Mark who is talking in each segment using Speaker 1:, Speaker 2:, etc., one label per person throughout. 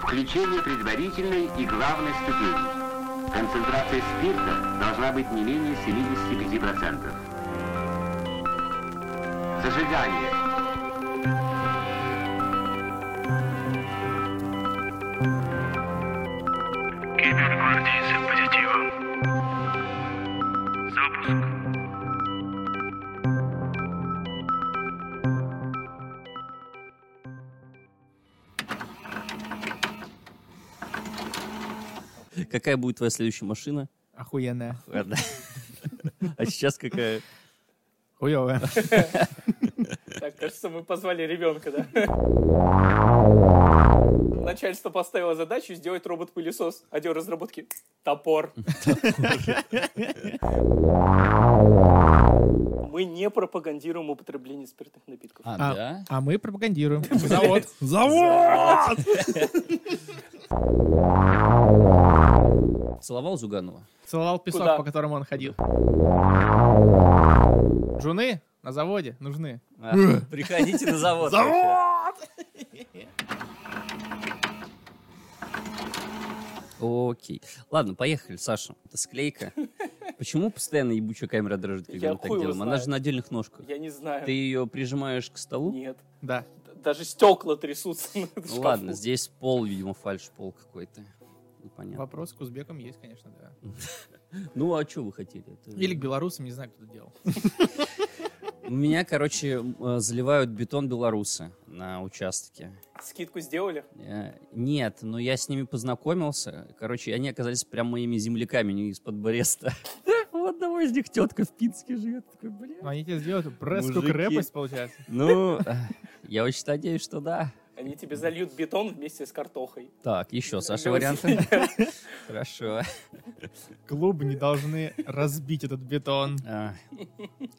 Speaker 1: включение предварительной и главной ступени. Концентрация спирта должна быть не менее 75%. Зажигание.
Speaker 2: Кибергвардейцы позитива. Запуск.
Speaker 3: Какая будет твоя следующая машина?
Speaker 4: Охуенная.
Speaker 3: Ладно. А сейчас какая?
Speaker 4: Хуевая.
Speaker 5: Так, кажется, мы позвали ребенка, да? Начальство поставило задачу сделать робот-пылесос. Отдел разработки — топор. Мы не пропагандируем употребление спиртных напитков.
Speaker 3: А,
Speaker 4: А,
Speaker 3: да?
Speaker 4: а мы пропагандируем. Завод.
Speaker 6: Завод!
Speaker 3: Целовал Зуганова?
Speaker 4: Целовал песок,
Speaker 5: Куда?
Speaker 4: по которому он ходил. Жены на заводе нужны.
Speaker 3: А, Приходите на завод. Окей. Ладно, поехали, Саша. Это склейка. Почему постоянно ебучая камера дрожит, когда
Speaker 5: Я
Speaker 3: мы так
Speaker 5: хуй его
Speaker 3: делаем? Она
Speaker 5: знаю.
Speaker 3: же на отдельных ножках.
Speaker 5: Я не
Speaker 3: Ты
Speaker 5: знаю.
Speaker 3: ее прижимаешь к столу?
Speaker 5: Нет.
Speaker 4: Да.
Speaker 5: Д- Даже стекла трясутся. на
Speaker 3: Ну
Speaker 5: шкафу.
Speaker 3: Ладно, здесь пол, видимо, фальш пол какой-то. Непонятно.
Speaker 4: Вопрос к узбекам есть, конечно, да.
Speaker 3: Ну, а что вы хотели? Это-
Speaker 4: Или к белорусам, не знаю, кто это делал.
Speaker 3: Меня, короче, м, э, заливают бетон белорусы на участке.
Speaker 5: Скидку сделали?
Speaker 3: Э, Нет, но я с ними познакомился. Короче, они оказались прям моими земляками, не из-под Бреста. У одного из них тетка в Пинске живет. Такой, бля.
Speaker 4: Ну, они тебе сделают брестскую
Speaker 3: Мужики.
Speaker 4: крепость, получается.
Speaker 3: Ну, э, я очень надеюсь, что да.
Speaker 5: Они тебе зальют бетон вместе с картохой.
Speaker 3: Так, еще, Саша,
Speaker 5: Белорусы.
Speaker 3: варианты? Хорошо.
Speaker 4: Клубы не должны разбить этот бетон.
Speaker 3: А,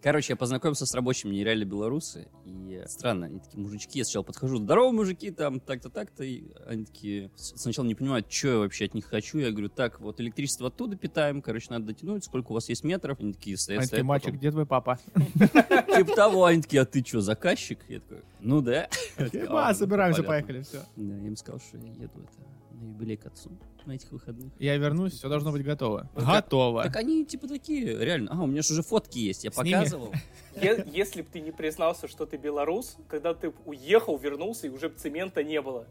Speaker 3: Короче, я познакомился с рабочими, они реально белорусы. И э, странно, они такие, мужички, я сначала подхожу, здорово, мужики, там, так-то, так-то. И они такие, с- сначала не понимают, что я вообще от них хочу. Я говорю, так, вот электричество оттуда питаем, короче, надо дотянуть, сколько у вас есть метров. Они такие стоят,
Speaker 4: Они такие,
Speaker 3: стоят,
Speaker 4: мальчик,
Speaker 3: потом,
Speaker 4: где твой папа?
Speaker 3: Типа того, они такие, а ты что, заказчик? Я такой, ну да. ну,
Speaker 4: Ба, Типа, «А, собираемся, поехали, все.
Speaker 3: Да, я им сказал, что я еду это, на юбилей к отцу на этих выходных.
Speaker 4: Я вернусь, все должно быть готово.
Speaker 3: Ну,
Speaker 4: Готово.
Speaker 3: Так они типа такие, реально. А, у меня же уже фотки есть, я
Speaker 4: С ними?
Speaker 3: показывал.
Speaker 5: Е- Если бы ты не признался, что ты белорус, когда ты уехал, вернулся, и уже б цемента не было.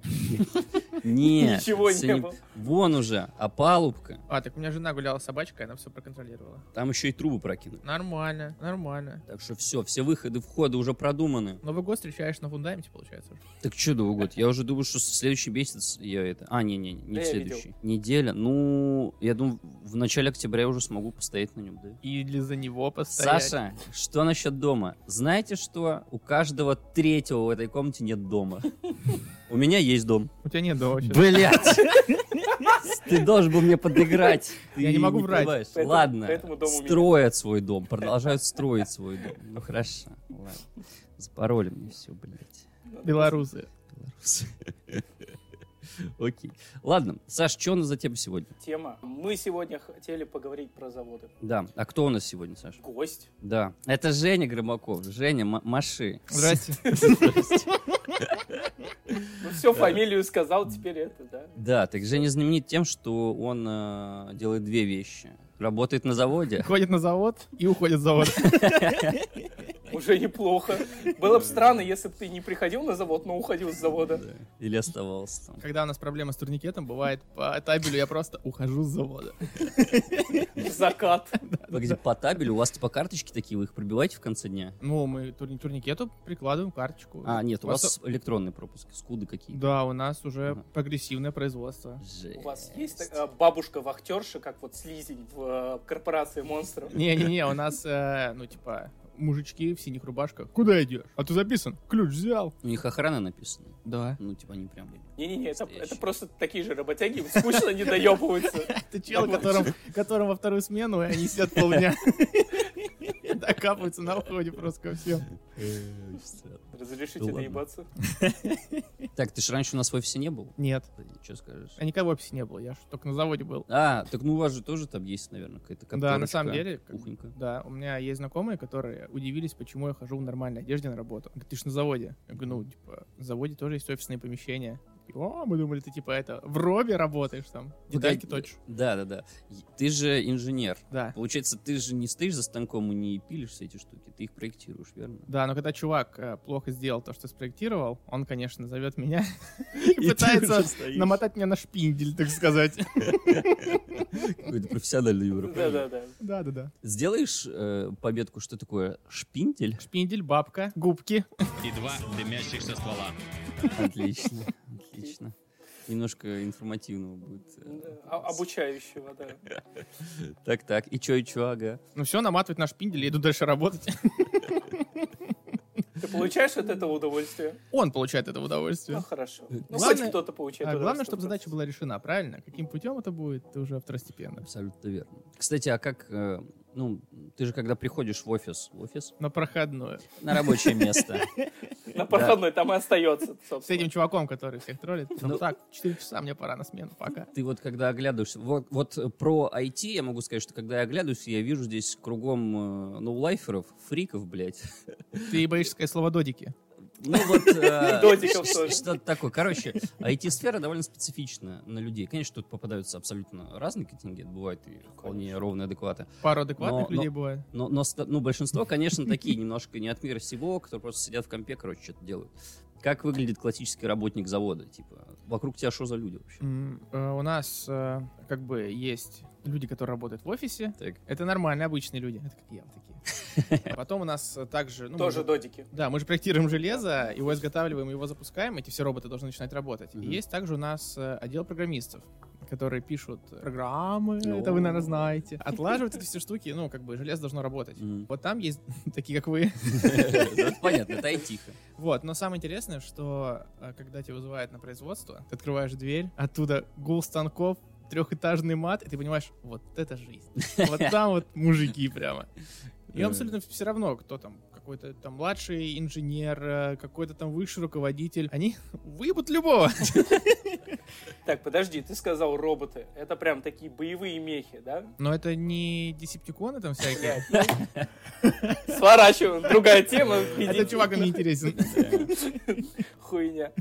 Speaker 3: Нет.
Speaker 5: Ничего не
Speaker 3: цени-
Speaker 5: было.
Speaker 3: Вон уже, опалубка.
Speaker 4: А, так у меня жена гуляла с собачкой, она все проконтролировала.
Speaker 3: Там еще и трубы прокинули.
Speaker 4: Нормально, нормально.
Speaker 3: Так что все, все выходы, входы уже продуманы.
Speaker 4: Новый год встречаешь на фундаменте, получается. уже.
Speaker 3: Так что Новый год? Я уже думаю, что следующий месяц я это... А, не-не, не,
Speaker 5: Да, я
Speaker 3: следующий. Неделя. Ну, я думаю, в начале октября я уже смогу постоять на нем, да?
Speaker 4: Или за него постоять.
Speaker 3: Саша, что насчет дома? Знаете что? У каждого третьего в этой комнате нет дома. У меня есть дом.
Speaker 4: У тебя нет дома сейчас.
Speaker 3: Блять! Ты должен был мне подыграть.
Speaker 4: Я
Speaker 3: Ты
Speaker 4: не могу врать.
Speaker 3: понимаешь.
Speaker 5: Поэтому-
Speaker 3: Ладно,
Speaker 5: поэтому дом у меня.
Speaker 3: строят свой дом, продолжают строить свой дом. Ну хорошо, ладно. Запороли мне все, блядь.
Speaker 4: Белорусы.
Speaker 3: белорусы. Окей. Ладно, Саш, что у нас за тема сегодня?
Speaker 5: Тема. Мы сегодня хотели поговорить про заводы.
Speaker 3: Да, а кто у нас сегодня, Саш?
Speaker 5: Гость.
Speaker 3: Да, это Женя Громаков. Женя, м- маши.
Speaker 4: Здрасте.
Speaker 5: Ну все, фамилию сказал, теперь это, да.
Speaker 3: Да, так Женя знаменит тем, что он э, делает две вещи. Работает на заводе.
Speaker 4: Ходит на завод и уходит с завода.
Speaker 5: Уже неплохо. Было бы странно, если бы ты не приходил на завод, но уходил с завода.
Speaker 3: Да, Или оставался там.
Speaker 4: Когда у нас проблема с турникетом, бывает по табелю я просто ухожу с завода.
Speaker 5: Закат.
Speaker 3: Погоди, по табелю у вас типа карточки такие, вы их пробиваете в конце дня?
Speaker 4: Ну, мы турни- турникету прикладываем карточку.
Speaker 3: А, нет, у вас
Speaker 4: Просто-
Speaker 3: электронный пропуск, скуды какие-то.
Speaker 4: Да, у нас уже
Speaker 3: Ага.
Speaker 4: прогрессивное производство.
Speaker 3: Жесть.
Speaker 5: У вас есть а такая бабушка-вахтерша, как вот слизень в э, корпорации монстров?
Speaker 4: Не-не-не, у нас, э, ну, типа, мужички в синих рубашках. Куда идешь? А ты записан? Ключ взял.
Speaker 3: У них охрана написана.
Speaker 4: Да.
Speaker 3: Ну, типа, они прям...
Speaker 5: Не-не-не, это, это
Speaker 3: Настоящий.
Speaker 5: просто такие же работяги, им скучно не доебываются.
Speaker 4: Это чел, которым, которым во вторую смену, и они сидят полдня. Докапываются на уходе просто ко всем. Э,
Speaker 5: Разрешите
Speaker 3: Ну ладно.
Speaker 5: доебаться?
Speaker 3: Так, ты же раньше у нас в офисе не был?
Speaker 4: Нет.
Speaker 3: Что скажешь?
Speaker 4: А никого в офисе не было, я ж только на заводе был.
Speaker 3: А, так ну у вас же тоже там есть, наверное, какая-то
Speaker 4: Да, на
Speaker 3: конторочка,
Speaker 4: самом деле, как бы,
Speaker 3: Кухонька. Ну,
Speaker 4: да, у меня есть знакомые, которые удивились, почему я хожу в нормальной одежде на работу. Говорит, ты ж на заводе. Я говорю, ну, типа, на заводе тоже есть офисные помещения. О, мы думали, ты типа это, в робе работаешь там, детальки
Speaker 3: Погоди.
Speaker 4: точишь.
Speaker 3: Да, да, да. И Ты же инженер.
Speaker 4: Да.
Speaker 3: Получается, ты же не стоишь за станком и не пилишь все эти штуки, ты их проектируешь, верно?
Speaker 4: Да, но когда чувак э, плохо сделал то, что спроектировал, он, конечно, зовет меня и пытается намотать меня на шпиндель, так сказать.
Speaker 3: Какой-то профессиональный
Speaker 5: Да-да-да.
Speaker 4: Да-да-да.
Speaker 3: Сделаешь э, победку, что такое шпинтель?
Speaker 4: Шпиндель, бабка, губки.
Speaker 6: и два дымящихся ствола.
Speaker 3: Отлично, отлично. Немножко информативного будет. э.
Speaker 5: А- Обучающего, да.
Speaker 3: Так, так. Ну, И чё, и чё, ага.
Speaker 4: Ну все, наматывать на шпиндель и иду дальше работать.
Speaker 5: Ты получаешь от этого удовольствие?
Speaker 4: Он получает это удовольствие.
Speaker 5: Ну, хорошо. Ну, хоть
Speaker 4: Главное-
Speaker 5: кто-то получает
Speaker 4: А главное,
Speaker 5: удовольствие.
Speaker 4: чтобы задача была решена, правильно? Каким путем это будет, это уже второстепенно.
Speaker 3: Абсолютно верно. Кстати, а как, э, ну, ты же когда приходишь в офис, в офис,
Speaker 4: На проходную.
Speaker 3: на рабочее место,
Speaker 5: На проходной там и остается,
Speaker 4: С этим
Speaker 5: собственно.
Speaker 4: чуваком, который всех троллит. Ну,
Speaker 3: Ну.
Speaker 4: так, 4 часа, мне пора на смену, пока.
Speaker 3: ты вот когда оглядываешься, вот, вот э, про IT я могу сказать, что когда я оглядываюсь, я вижу здесь кругом э, ноулайферов, фриков, блядь.
Speaker 4: Ты боишься сказать слово додики.
Speaker 3: Ну вот... э,
Speaker 5: Додиков
Speaker 3: ш-
Speaker 5: тоже.
Speaker 3: Что-то такое. Короче, IT-сфера довольно специфична на людей. Конечно, тут попадаются абсолютно разные контингенты, бывают
Speaker 5: Ну,
Speaker 3: и вполне ровные адекваты.
Speaker 4: Пару адекватных
Speaker 3: Но-
Speaker 4: людей
Speaker 3: но-
Speaker 4: бывает.
Speaker 3: Но, но ста- ну, большинство, конечно, такие немножко не от мира сего, которые просто сидят в компе, короче, что-то делают. Как выглядит классический работник завода? Типа, вокруг тебя что за люди вообще?
Speaker 4: М, э, У нас э, как бы есть люди, которые работают в офисе.
Speaker 3: Так.
Speaker 4: Это нормальные, обычные люди. Это как я вот такие. А Потом у нас э, также... ну, мы
Speaker 5: Тоже
Speaker 4: же-
Speaker 5: додики.
Speaker 4: Да, мы же проектируем железо, его изготавливаем, его запускаем, эти все роботы должны начинать работать. И
Speaker 3: Мгм.
Speaker 4: есть также у нас э, отдел программистов, которые пишут программы,
Speaker 3: Ну.
Speaker 4: это вы, наверное, знаете. Отлаживают эти все штуки, ну, как бы железо должно работать.
Speaker 3: Мгм.
Speaker 4: Вот там есть такие, как вы.
Speaker 3: Это Понятно, это IT.
Speaker 4: Вот, но самое интересное, что э, когда тебя вызывают на производство, ты открываешь дверь, оттуда гул станков, трехэтажный мат, и ты понимаешь, вот это жизнь. Вот там вот мужики прямо. И
Speaker 3: Да.
Speaker 4: абсолютно все равно, кто там, какой-то там младший инженер, э, какой-то там высший руководитель. Они выебут любого.
Speaker 5: Так, подожди, ты сказал роботы. Это прям такие боевые мехи, да?
Speaker 4: Но это не десептиконы там всякие.
Speaker 5: Сворачиваем, другая тема.
Speaker 4: А Этот чувак он не интересен.
Speaker 5: Хуйня.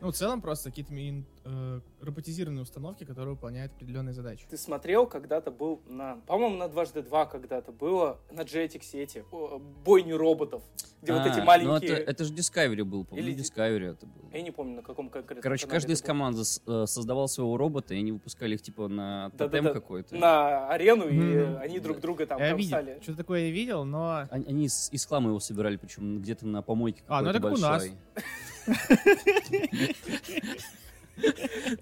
Speaker 4: Ну, в целом просто какие-то мин- э, роботизированные установки, которые выполняют определенные задачи.
Speaker 5: Ты смотрел, когда-то был на... По-моему, на дважды два когда-то было на Jetix эти о, бойни роботов, где вот
Speaker 3: А,
Speaker 5: эти
Speaker 3: ну
Speaker 5: маленькие...
Speaker 3: это- Это же Discovery был, по-моему.
Speaker 5: Или-
Speaker 3: Ну, Discovery это был.
Speaker 5: Я не помню, на каком конкретно
Speaker 3: Короче,
Speaker 5: канале
Speaker 3: каждая из
Speaker 5: это было.
Speaker 3: команд зас- э, создавал своего робота, и они выпускали их, типа, на
Speaker 5: Да-да-да.
Speaker 3: тотем какой-то.
Speaker 5: На арену, и
Speaker 4: Мгм.
Speaker 5: э, они друг
Speaker 3: Да.
Speaker 5: друга там
Speaker 4: М-м. Я видел,
Speaker 5: кромсали.
Speaker 4: что-то такое я видел, но
Speaker 3: Они, они из, из хлама его собирали, причем где-то на помойке
Speaker 4: А, ну
Speaker 3: какой-то
Speaker 4: это как у нас.
Speaker 3: большой.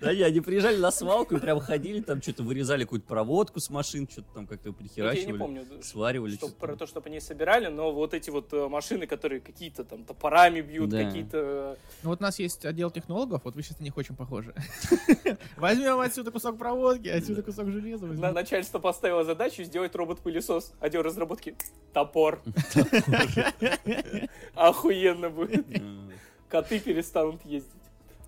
Speaker 3: Да не, они приезжали на свалку и прям ходили, там что-то вырезали какую-то проводку с машин, что-то там как-то
Speaker 5: Вот Я не
Speaker 3: прихерачивали,
Speaker 5: помню, д-
Speaker 3: сваривали.
Speaker 5: что,
Speaker 3: что-то там.
Speaker 5: про то, чтобы они собирали, но вот эти вот э, машины, которые какие-то там топорами бьют,
Speaker 3: Да.
Speaker 5: какие-то...
Speaker 4: Ну вот у нас есть отдел технологов, вот вы сейчас на них очень похожи. Возьмем отсюда кусок проводки, отсюда кусок железа
Speaker 5: На-
Speaker 4: возьмем.
Speaker 5: Начальство поставило задачу сделать робот-пылесос. Отдел разработки — топор. Охуенно будет.
Speaker 3: Э,
Speaker 5: Коты перестанут ездить.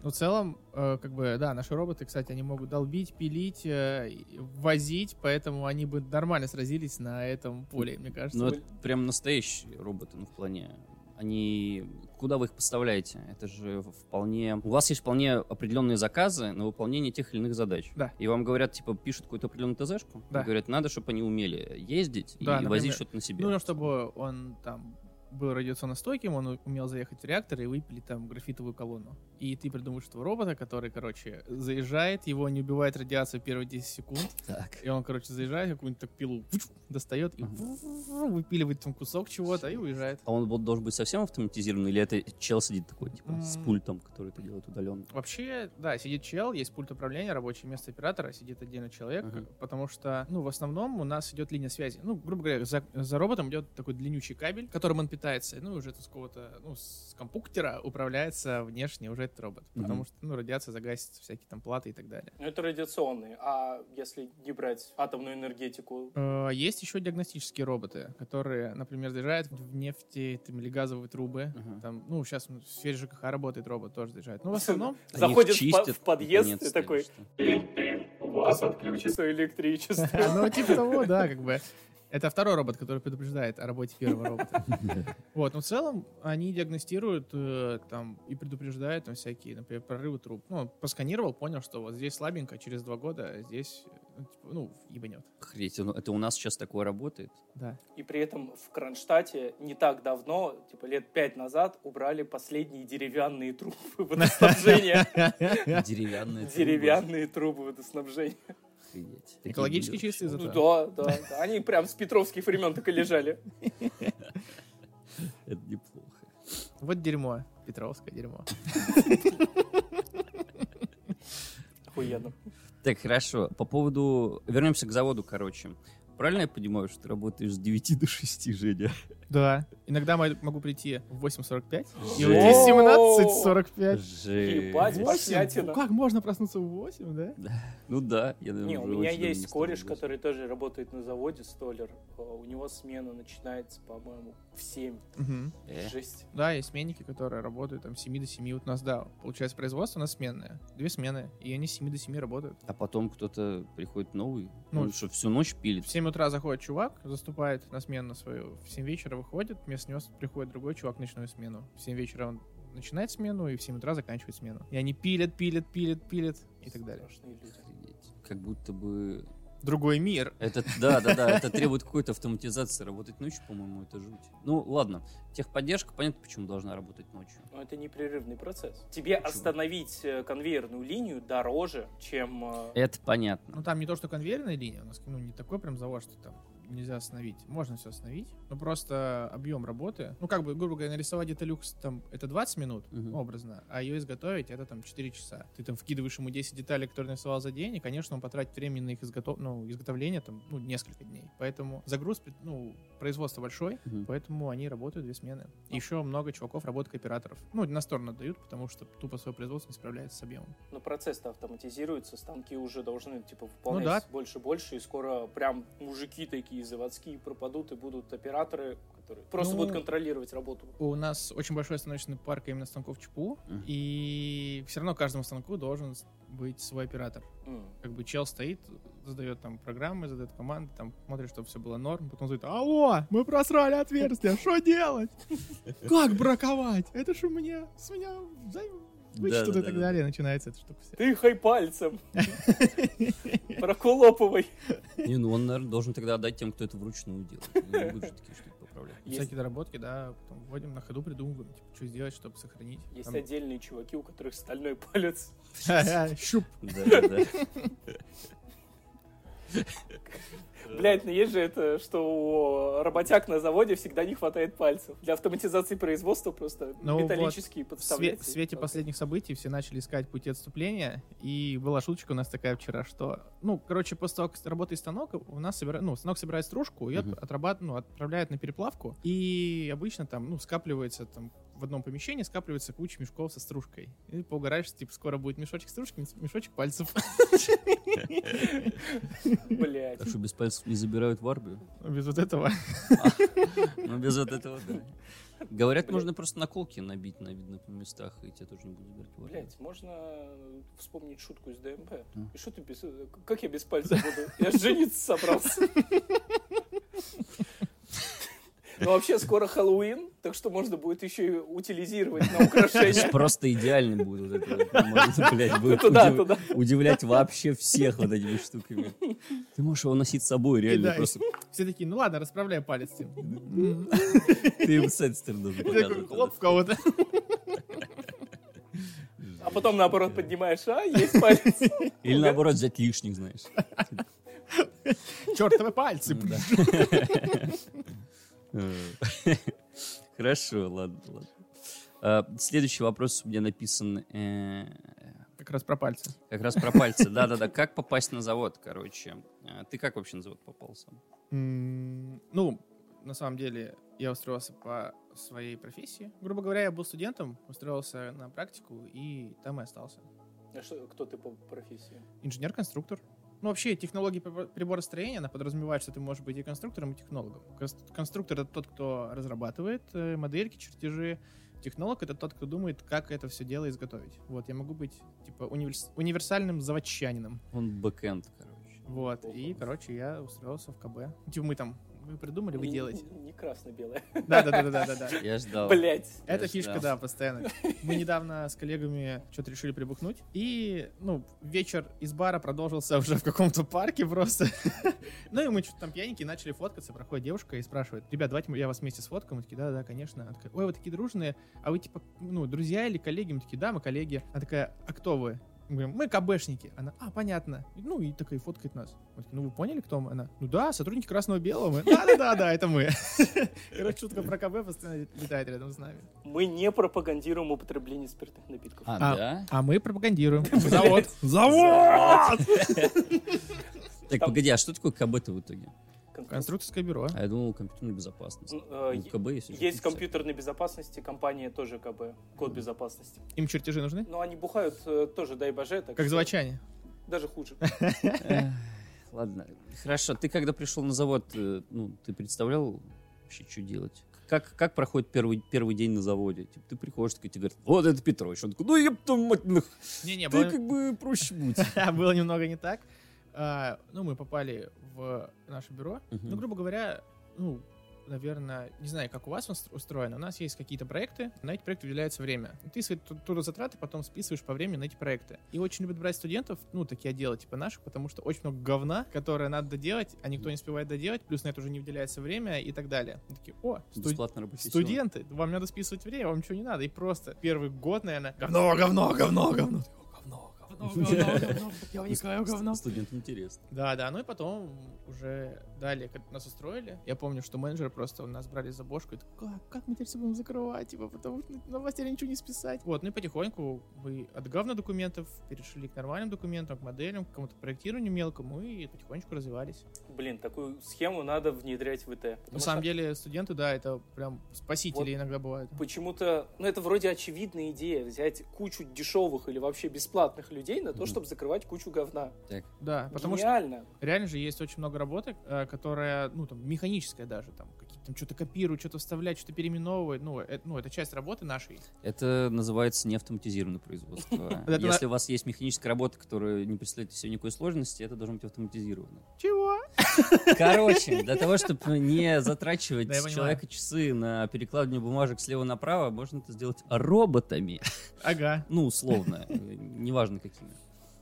Speaker 4: Ну, в целом, э, как бы, да, наши роботы, кстати, они могут долбить, пилить, э, и возить, поэтому они бы нормально сразились на этом поле, мне кажется.
Speaker 3: Ну это прям настоящие роботы, ну в плане... Они... Куда вы их поставляете? Это же вполне... У вас есть вполне определенные заказы на выполнение тех или иных задач.
Speaker 4: Да.
Speaker 3: И вам говорят, типа, пишут какую-то определенную ТЗшку.
Speaker 4: Да.
Speaker 3: и Говорят, надо, чтобы они умели ездить и
Speaker 4: Да, например.
Speaker 3: возить что-то на себе.
Speaker 4: Ну, чтобы он там был радиационно стойким, он у- умел заехать в реактор и выпили там графитовую колонну. И ты придумаешь этого робота, который, короче, заезжает, его не убивает радиация первые 10 секунд,
Speaker 3: Так.
Speaker 4: И он, короче, заезжает, какую-нибудь так пилу пф, достает и выпиливает там кусок чего-то и уезжает.
Speaker 3: А он был- должен быть совсем автоматизирован, или это чел сидит такой, типа, с
Speaker 4: М.
Speaker 3: пультом, который это делает удаленно?
Speaker 4: Вообще, да, сидит чел, есть пульт управления, рабочее место оператора, сидит отдельно человек,
Speaker 3: Мгм.
Speaker 4: потому что, ну, в основном у нас идет линия связи. Ну, грубо говоря, за, за роботом идет такой длиннючий кабель, которым он питается, ну, и уже это с какого-то, ну, с компьютера управляется внешне уже этот робот,
Speaker 3: Мгм.
Speaker 4: потому что, ну, радиация загасит всякие там платы и так далее.
Speaker 5: Ну, это радиационные. А если не брать атомную энергетику?
Speaker 4: Э, Есть еще диагностические роботы, которые, например, заезжают в нефти там, или газовые трубы.
Speaker 3: Мгм.
Speaker 4: Там, ну, сейчас в сфере ЖКХ работает робот, тоже заезжает. Ну, в основном,
Speaker 3: Они
Speaker 5: Заходит
Speaker 3: их
Speaker 5: в по-
Speaker 3: чистят,
Speaker 5: в подъезд
Speaker 3: наконец-то,
Speaker 5: и
Speaker 3: или
Speaker 5: такой,
Speaker 3: что?
Speaker 5: у вас отключится электричество.
Speaker 4: ну, типа того, да, как бы. Это второй робот, который предупреждает о работе первого робота. Вот, но в целом они диагностируют э, там и предупреждают там всякие, например, прорывы труб. Ну, он посканировал, понял, что вот здесь слабенько, через два года здесь, э, ну, типа, ну, ебанет.
Speaker 3: Охренеть, ну, это у нас сейчас такое работает?
Speaker 4: Да.
Speaker 5: И при этом в Кронштадте не так давно, типа лет пять назад, убрали последние деревянные трубы водоснабжения.
Speaker 3: Деревянные трубы.
Speaker 5: Деревянные трубы водоснабжения.
Speaker 3: Охренеть. Такие
Speaker 4: Экологически
Speaker 3: были
Speaker 4: чистые
Speaker 5: Ну
Speaker 4: зато.
Speaker 5: да, да, да. Они прям с петровских времен так и лежали.
Speaker 3: вообще. Это неплохо.
Speaker 4: Вот дерьмо. Петровское дерьмо.
Speaker 5: Охуенно.
Speaker 3: Так, хорошо. По поводу... Вернемся к заводу, короче. Правильно я понимаю, что ты работаешь с 9 до 6, Женя?
Speaker 4: Да. Иногда мо- могу прийти в 8.45
Speaker 3: Жесть.
Speaker 4: и уйти в 17.45.
Speaker 5: Ебать,
Speaker 4: Ну,
Speaker 5: босятина.
Speaker 4: как можно проснуться в 8, да?
Speaker 3: Ну да, я, наверное,
Speaker 5: Не, у
Speaker 3: уже
Speaker 5: меня
Speaker 3: очень давно
Speaker 5: есть
Speaker 3: не
Speaker 5: кореш,
Speaker 3: сталкивался.
Speaker 5: который тоже работает на заводе, столер. Э, У него смена начинается, по-моему, в 7.
Speaker 4: Мгм.
Speaker 3: Э.
Speaker 5: Жесть.
Speaker 4: Да, есть сменники, которые работают там с 7 до 7. Вот у нас, да, получается, производство у нас сменное. Две смены, и они с 7 до 7 работают.
Speaker 3: А потом кто-то приходит новый,
Speaker 4: Ну,
Speaker 3: он что, всю ночь пилит?
Speaker 4: В 7 утра заходит чувак, заступает на смену свою. В 7 вечера выходит, вместо него приходит другой чувак в ночную смену. В 7 вечера он начинает смену, и в 7 утра заканчивает смену. И они пилят, пилят, пилят, пилят и так далее.
Speaker 5: Страшные люди.
Speaker 3: Охренеть. Как будто бы...
Speaker 4: Другой мир.
Speaker 3: Это, да, да, да, это требует какой-то автоматизации. Работать ночью, по-моему, это жуть. Ну, ладно. Техподдержка, понятно, почему должна работать ночью.
Speaker 5: Но это непрерывный процесс. Тебе остановить э, конвейерную линию дороже, чем... э,
Speaker 3: Это
Speaker 4: Ну
Speaker 3: понятно.
Speaker 4: там не то, что конвейерная линия, у нас ну, не такой прям завод, что там нельзя остановить. Можно все остановить, но просто объем работы. Ну как бы, грубо говоря, нарисовать это люкс там, это 20 минут
Speaker 3: Мгм.
Speaker 4: образно, а ее изготовить это там 4 часа. Ты там вкидываешь ему 10 деталей, которые нарисовал за день, и, конечно, он потратит времени на их изготов... ну, изготовление там, ну, несколько дней. Поэтому загруз, пред- ну, производство большой,
Speaker 3: Мгм.
Speaker 4: поэтому они работают две смены. Еще много чуваков работают кооператоров. Ну, на сторону отдают, потому что тупо свое производство не справляется с объемом.
Speaker 5: Но ну, процесс-то автоматизируется, станки уже должны, типа, выполнять
Speaker 4: Ну да.
Speaker 5: больше-больше, и скоро прям мужики такие заводские пропадут, и будут операторы, которые просто
Speaker 4: Ну,
Speaker 5: будут контролировать работу.
Speaker 4: У нас очень большой станочный парк именно станков ЧПУ,
Speaker 3: Мгм.
Speaker 4: и все равно каждому станку должен с- быть свой оператор.
Speaker 5: М.
Speaker 4: Как бы чел стоит, задает там программы, задает команды, там смотрит, чтобы все было норм, потом зовет, алло, мы просрали отверстие, что делать? Как браковать? Это ж у меня, с меня взаим- вычтут и
Speaker 3: Да-да-да-да.
Speaker 4: так далее, начинается эта штука вся.
Speaker 5: Ты хай пальцем! Проколопывай!
Speaker 3: Не, ну он, наверное, должен тогда отдать тем, кто это вручную делает. Ну, Не будет же такие штуки поправлять.
Speaker 5: Есть-
Speaker 4: Всякие доработки, да, потом вводим, на ходу придумываем, типа, что сделать, чтобы сохранить.
Speaker 5: Есть
Speaker 4: Там-
Speaker 5: отдельные чуваки, у которых стальной палец.
Speaker 4: Щуп.
Speaker 3: Да, да, да.
Speaker 5: Блять, ну есть же это, что у работяг на заводе всегда не хватает пальцев. Для автоматизации производства просто
Speaker 4: Ну
Speaker 5: металлические
Speaker 4: В, све- в
Speaker 5: подставляются.
Speaker 4: свете последних событий все начали искать пути отступления, и была шуточка у нас такая вчера, что, ну, короче, после того, как работает станок, у нас собира... ну, станок собирает стружку, ее
Speaker 3: Мгм.
Speaker 4: отрабат... ну, отправляет на переплавку, и обычно там, ну, скапливается там в одном помещении скапливается куча мешков со стружкой. И поугараешь, типа, скоро будет мешочек стружки, мешочек пальцев.
Speaker 5: Блять.
Speaker 3: Так что без пальцев не забирают в армию?
Speaker 4: Без вот этого.
Speaker 3: Ну, без вот этого, да. Говорят,
Speaker 5: Блядь.
Speaker 3: можно просто наколки набить на видных местах, и тебя тоже не будут забирать в армию.
Speaker 5: Блять, можно вспомнить шутку из ДМП.
Speaker 4: А.
Speaker 3: Ну.
Speaker 5: И что ты без... Как я без пальцев буду? Я ж жениться собрался. Ну вообще скоро Хэллоуин, так что можно будет еще и утилизировать на украшения.
Speaker 3: Просто идеально будет вот это. вот. Можно, блядь, будет
Speaker 5: Туда,
Speaker 3: удив-
Speaker 5: туда.
Speaker 3: удивлять вообще всех вот этими штуками. Ты можешь его носить с собой, реально.
Speaker 4: Кидай.
Speaker 3: Просто
Speaker 4: Все такие, ну ладно, расправляй палец. типа. М.
Speaker 3: ты им с этой стороны должен
Speaker 4: И такой,
Speaker 3: показывать.
Speaker 4: хлоп в кого-то.
Speaker 5: А потом наоборот поднимаешь, а, есть палец.
Speaker 3: Или наоборот взять лишних, знаешь.
Speaker 5: А
Speaker 3: Ну
Speaker 4: Чертовы пальцы.
Speaker 3: Да. Э. Хорошо, ладно, ладно. А, Следующий вопрос у меня написан э,
Speaker 4: Как раз про пальцы.
Speaker 3: Как раз про пальцы. Да-да-да. Как попасть на завод, короче? А, Ты как вообще на завод попал сам?
Speaker 4: М, Ну, на самом деле, я устроился по своей профессии. Грубо говоря, я был студентом, устроился на практику, и там и остался.
Speaker 5: А что, кто ты по профессии?
Speaker 4: Инженер-конструктор. Ну, вообще, технология прибор- приборостроения, она подразумевает, что ты можешь быть и конструктором, и технологом. Кос- Конструктор — это тот, кто разрабатывает э, модельки, чертежи. Технолог — это тот, кто думает, как это все дело изготовить. Вот, я могу быть, типа, универс- универсальным заводчанином.
Speaker 3: Он бэкэнд, короче.
Speaker 4: Вот, и,
Speaker 5: Ого.
Speaker 4: короче, я устроился в КБ. Типа мы там Вы придумали, вы
Speaker 5: Не-
Speaker 4: делаете. А.
Speaker 5: Не красно-белое.
Speaker 4: Да-да-да-да-да.
Speaker 3: Я ждал.
Speaker 5: Блять.
Speaker 4: Это
Speaker 3: Я
Speaker 4: фишка,
Speaker 3: ждал.
Speaker 4: да, постоянно. Мы недавно с коллегами что-то решили прибухнуть. И, ну, вечер из бара продолжился уже в каком-то парке просто. Ну и мы что-то там пьяненькие начали фоткаться. Проходит девушка и спрашивает, ребят, давайте мы- я вас вместе сфоткаю. Мы такие, да-да, конечно. Она такая, ой, вы такие дружные. А вы типа, ну, друзья или коллеги? Мы такие, да, мы коллеги. Она такая, а кто вы? Мы говорим, мы КБшники. Она, а, понятно. Ну, и такая фоткает нас. Мы такие, ну, вы поняли, кто мы? Она, ну да, сотрудники Красного-Белого. Мы, да-да-да, это мы. Короче, шутка про КБ постоянно летает рядом с нами.
Speaker 5: Мы не пропагандируем употребление спиртных напитков.
Speaker 3: А,
Speaker 4: А.
Speaker 3: да?
Speaker 4: А мы пропагандируем. Завод.
Speaker 3: Так,
Speaker 5: Там-
Speaker 3: погоди, а что такое КБ-то в итоге?
Speaker 5: Конструкция.
Speaker 4: Конструкторское бюро.
Speaker 3: А я думал, компьютерная безопасность.
Speaker 5: М,
Speaker 3: Ну,
Speaker 5: э, е-
Speaker 3: КБ есть. уже
Speaker 5: Есть
Speaker 3: официально.
Speaker 5: компьютерной безопасности, компания тоже КБ, код безопасности.
Speaker 4: Им чертежи нужны?
Speaker 5: Но они бухают э, тоже, дай боже, так
Speaker 4: Как
Speaker 5: что
Speaker 4: заводчане.
Speaker 5: Даже хуже.
Speaker 3: Эх, Ладно. Хорошо, ты когда пришел на завод, э, ну, ты представлял вообще, что делать? Как, как проходит первый, первый день на заводе? Типа, ты приходишь, такой, тебе говорят, вот это Петрович. Он такой, ну, еб твою мать, ну,
Speaker 4: Не-не,
Speaker 3: ты
Speaker 4: было,
Speaker 3: как бы проще будь.
Speaker 4: было немного не так. А, ну, мы попали в наше бюро.
Speaker 3: Мгм.
Speaker 4: Ну, грубо говоря, ну, наверное, не знаю, как у вас ус- устроено. У нас есть какие-то проекты, на эти проекты выделяется время. И Ты свои ту- трудозатраты потом списываешь по времени на эти проекты. И очень любят брать студентов, ну, такие отделы типа наших, потому что очень много говна, которое надо доделать, а никто не успевает доделать, плюс на это уже не выделяется время и так далее. Мы такие, о, студ-
Speaker 3: Бесплатно работать.
Speaker 4: Студенты, вам надо списывать время, вам ничего не надо. И просто первый год, наверное, говно, говно, говно, говно. Говно, говно, говно, говно. Я вникаю, говно.
Speaker 3: Студентам интересно.
Speaker 4: Да, да, ну и потом уже далее как нас устроили. Я помню, что менеджер просто нас брали за бошку. И так, как, как мы теперь все будем закрывать, типа, потому что на вас теперь ничего не списать. Вот, ну и потихоньку мы от говна документов перешли к нормальным документам, к моделям, к какому-то проектированию мелкому и потихонечку развивались.
Speaker 5: Блин, такую схему надо внедрять в ИТ.
Speaker 4: На
Speaker 5: потому
Speaker 4: самом
Speaker 5: что
Speaker 4: деле студенты, да, это прям спасители иногда бывают.
Speaker 5: Почему-то, ну это вроде очевидная идея, взять кучу дешевых или вообще бесплатных людей на то,
Speaker 3: Мгм.
Speaker 5: чтобы закрывать кучу говна.
Speaker 4: Да, потому что
Speaker 5: Гениально.
Speaker 4: Реально же есть очень много работы, э, которая, ну, там, механическая даже, там, какие-то там что-то копируют, что-то вставляют, что-то переименовывают, ну, это, ну, это часть работы нашей.
Speaker 3: Это называется неавтоматизированное производство.
Speaker 4: Это
Speaker 3: Если у вас есть механическая работа, которая не представляет из себя никакой сложности, это должно быть автоматизировано.
Speaker 4: Чего?
Speaker 3: Короче, для того, чтобы не затрачивать
Speaker 4: Да, я
Speaker 3: с
Speaker 4: понимаю.
Speaker 3: человека часы на перекладывание бумажек слева направо, можно это сделать роботами.
Speaker 4: Ага.
Speaker 3: Ну, условно. э, Неважно какими.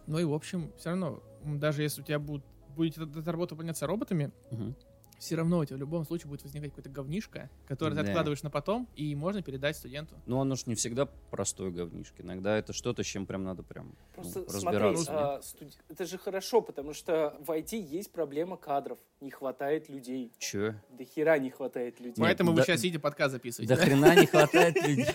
Speaker 4: Ну и, в общем, все равно, м, даже если у тебя будут, будет эта, эта работа выполняться роботами,
Speaker 3: Мгм.
Speaker 4: все равно у тебя в любом случае будет возникать какое-то говнишко, которое ты
Speaker 3: Да.
Speaker 4: откладываешь на потом, и можно передать студенту.
Speaker 3: Но оно же не всегда простое говнишко. Иногда это что-то, с чем прям надо прям ну,
Speaker 5: Просто смотри,
Speaker 3: разбираться.
Speaker 5: а, студ- это же хорошо, потому что в IT есть проблема кадров. Не хватает людей.
Speaker 3: Че?
Speaker 5: До хера не хватает людей.
Speaker 3: Нет,
Speaker 4: Поэтому
Speaker 3: да-
Speaker 4: вы сейчас сидите подкаст записываете.
Speaker 3: До хрена не хватает людей.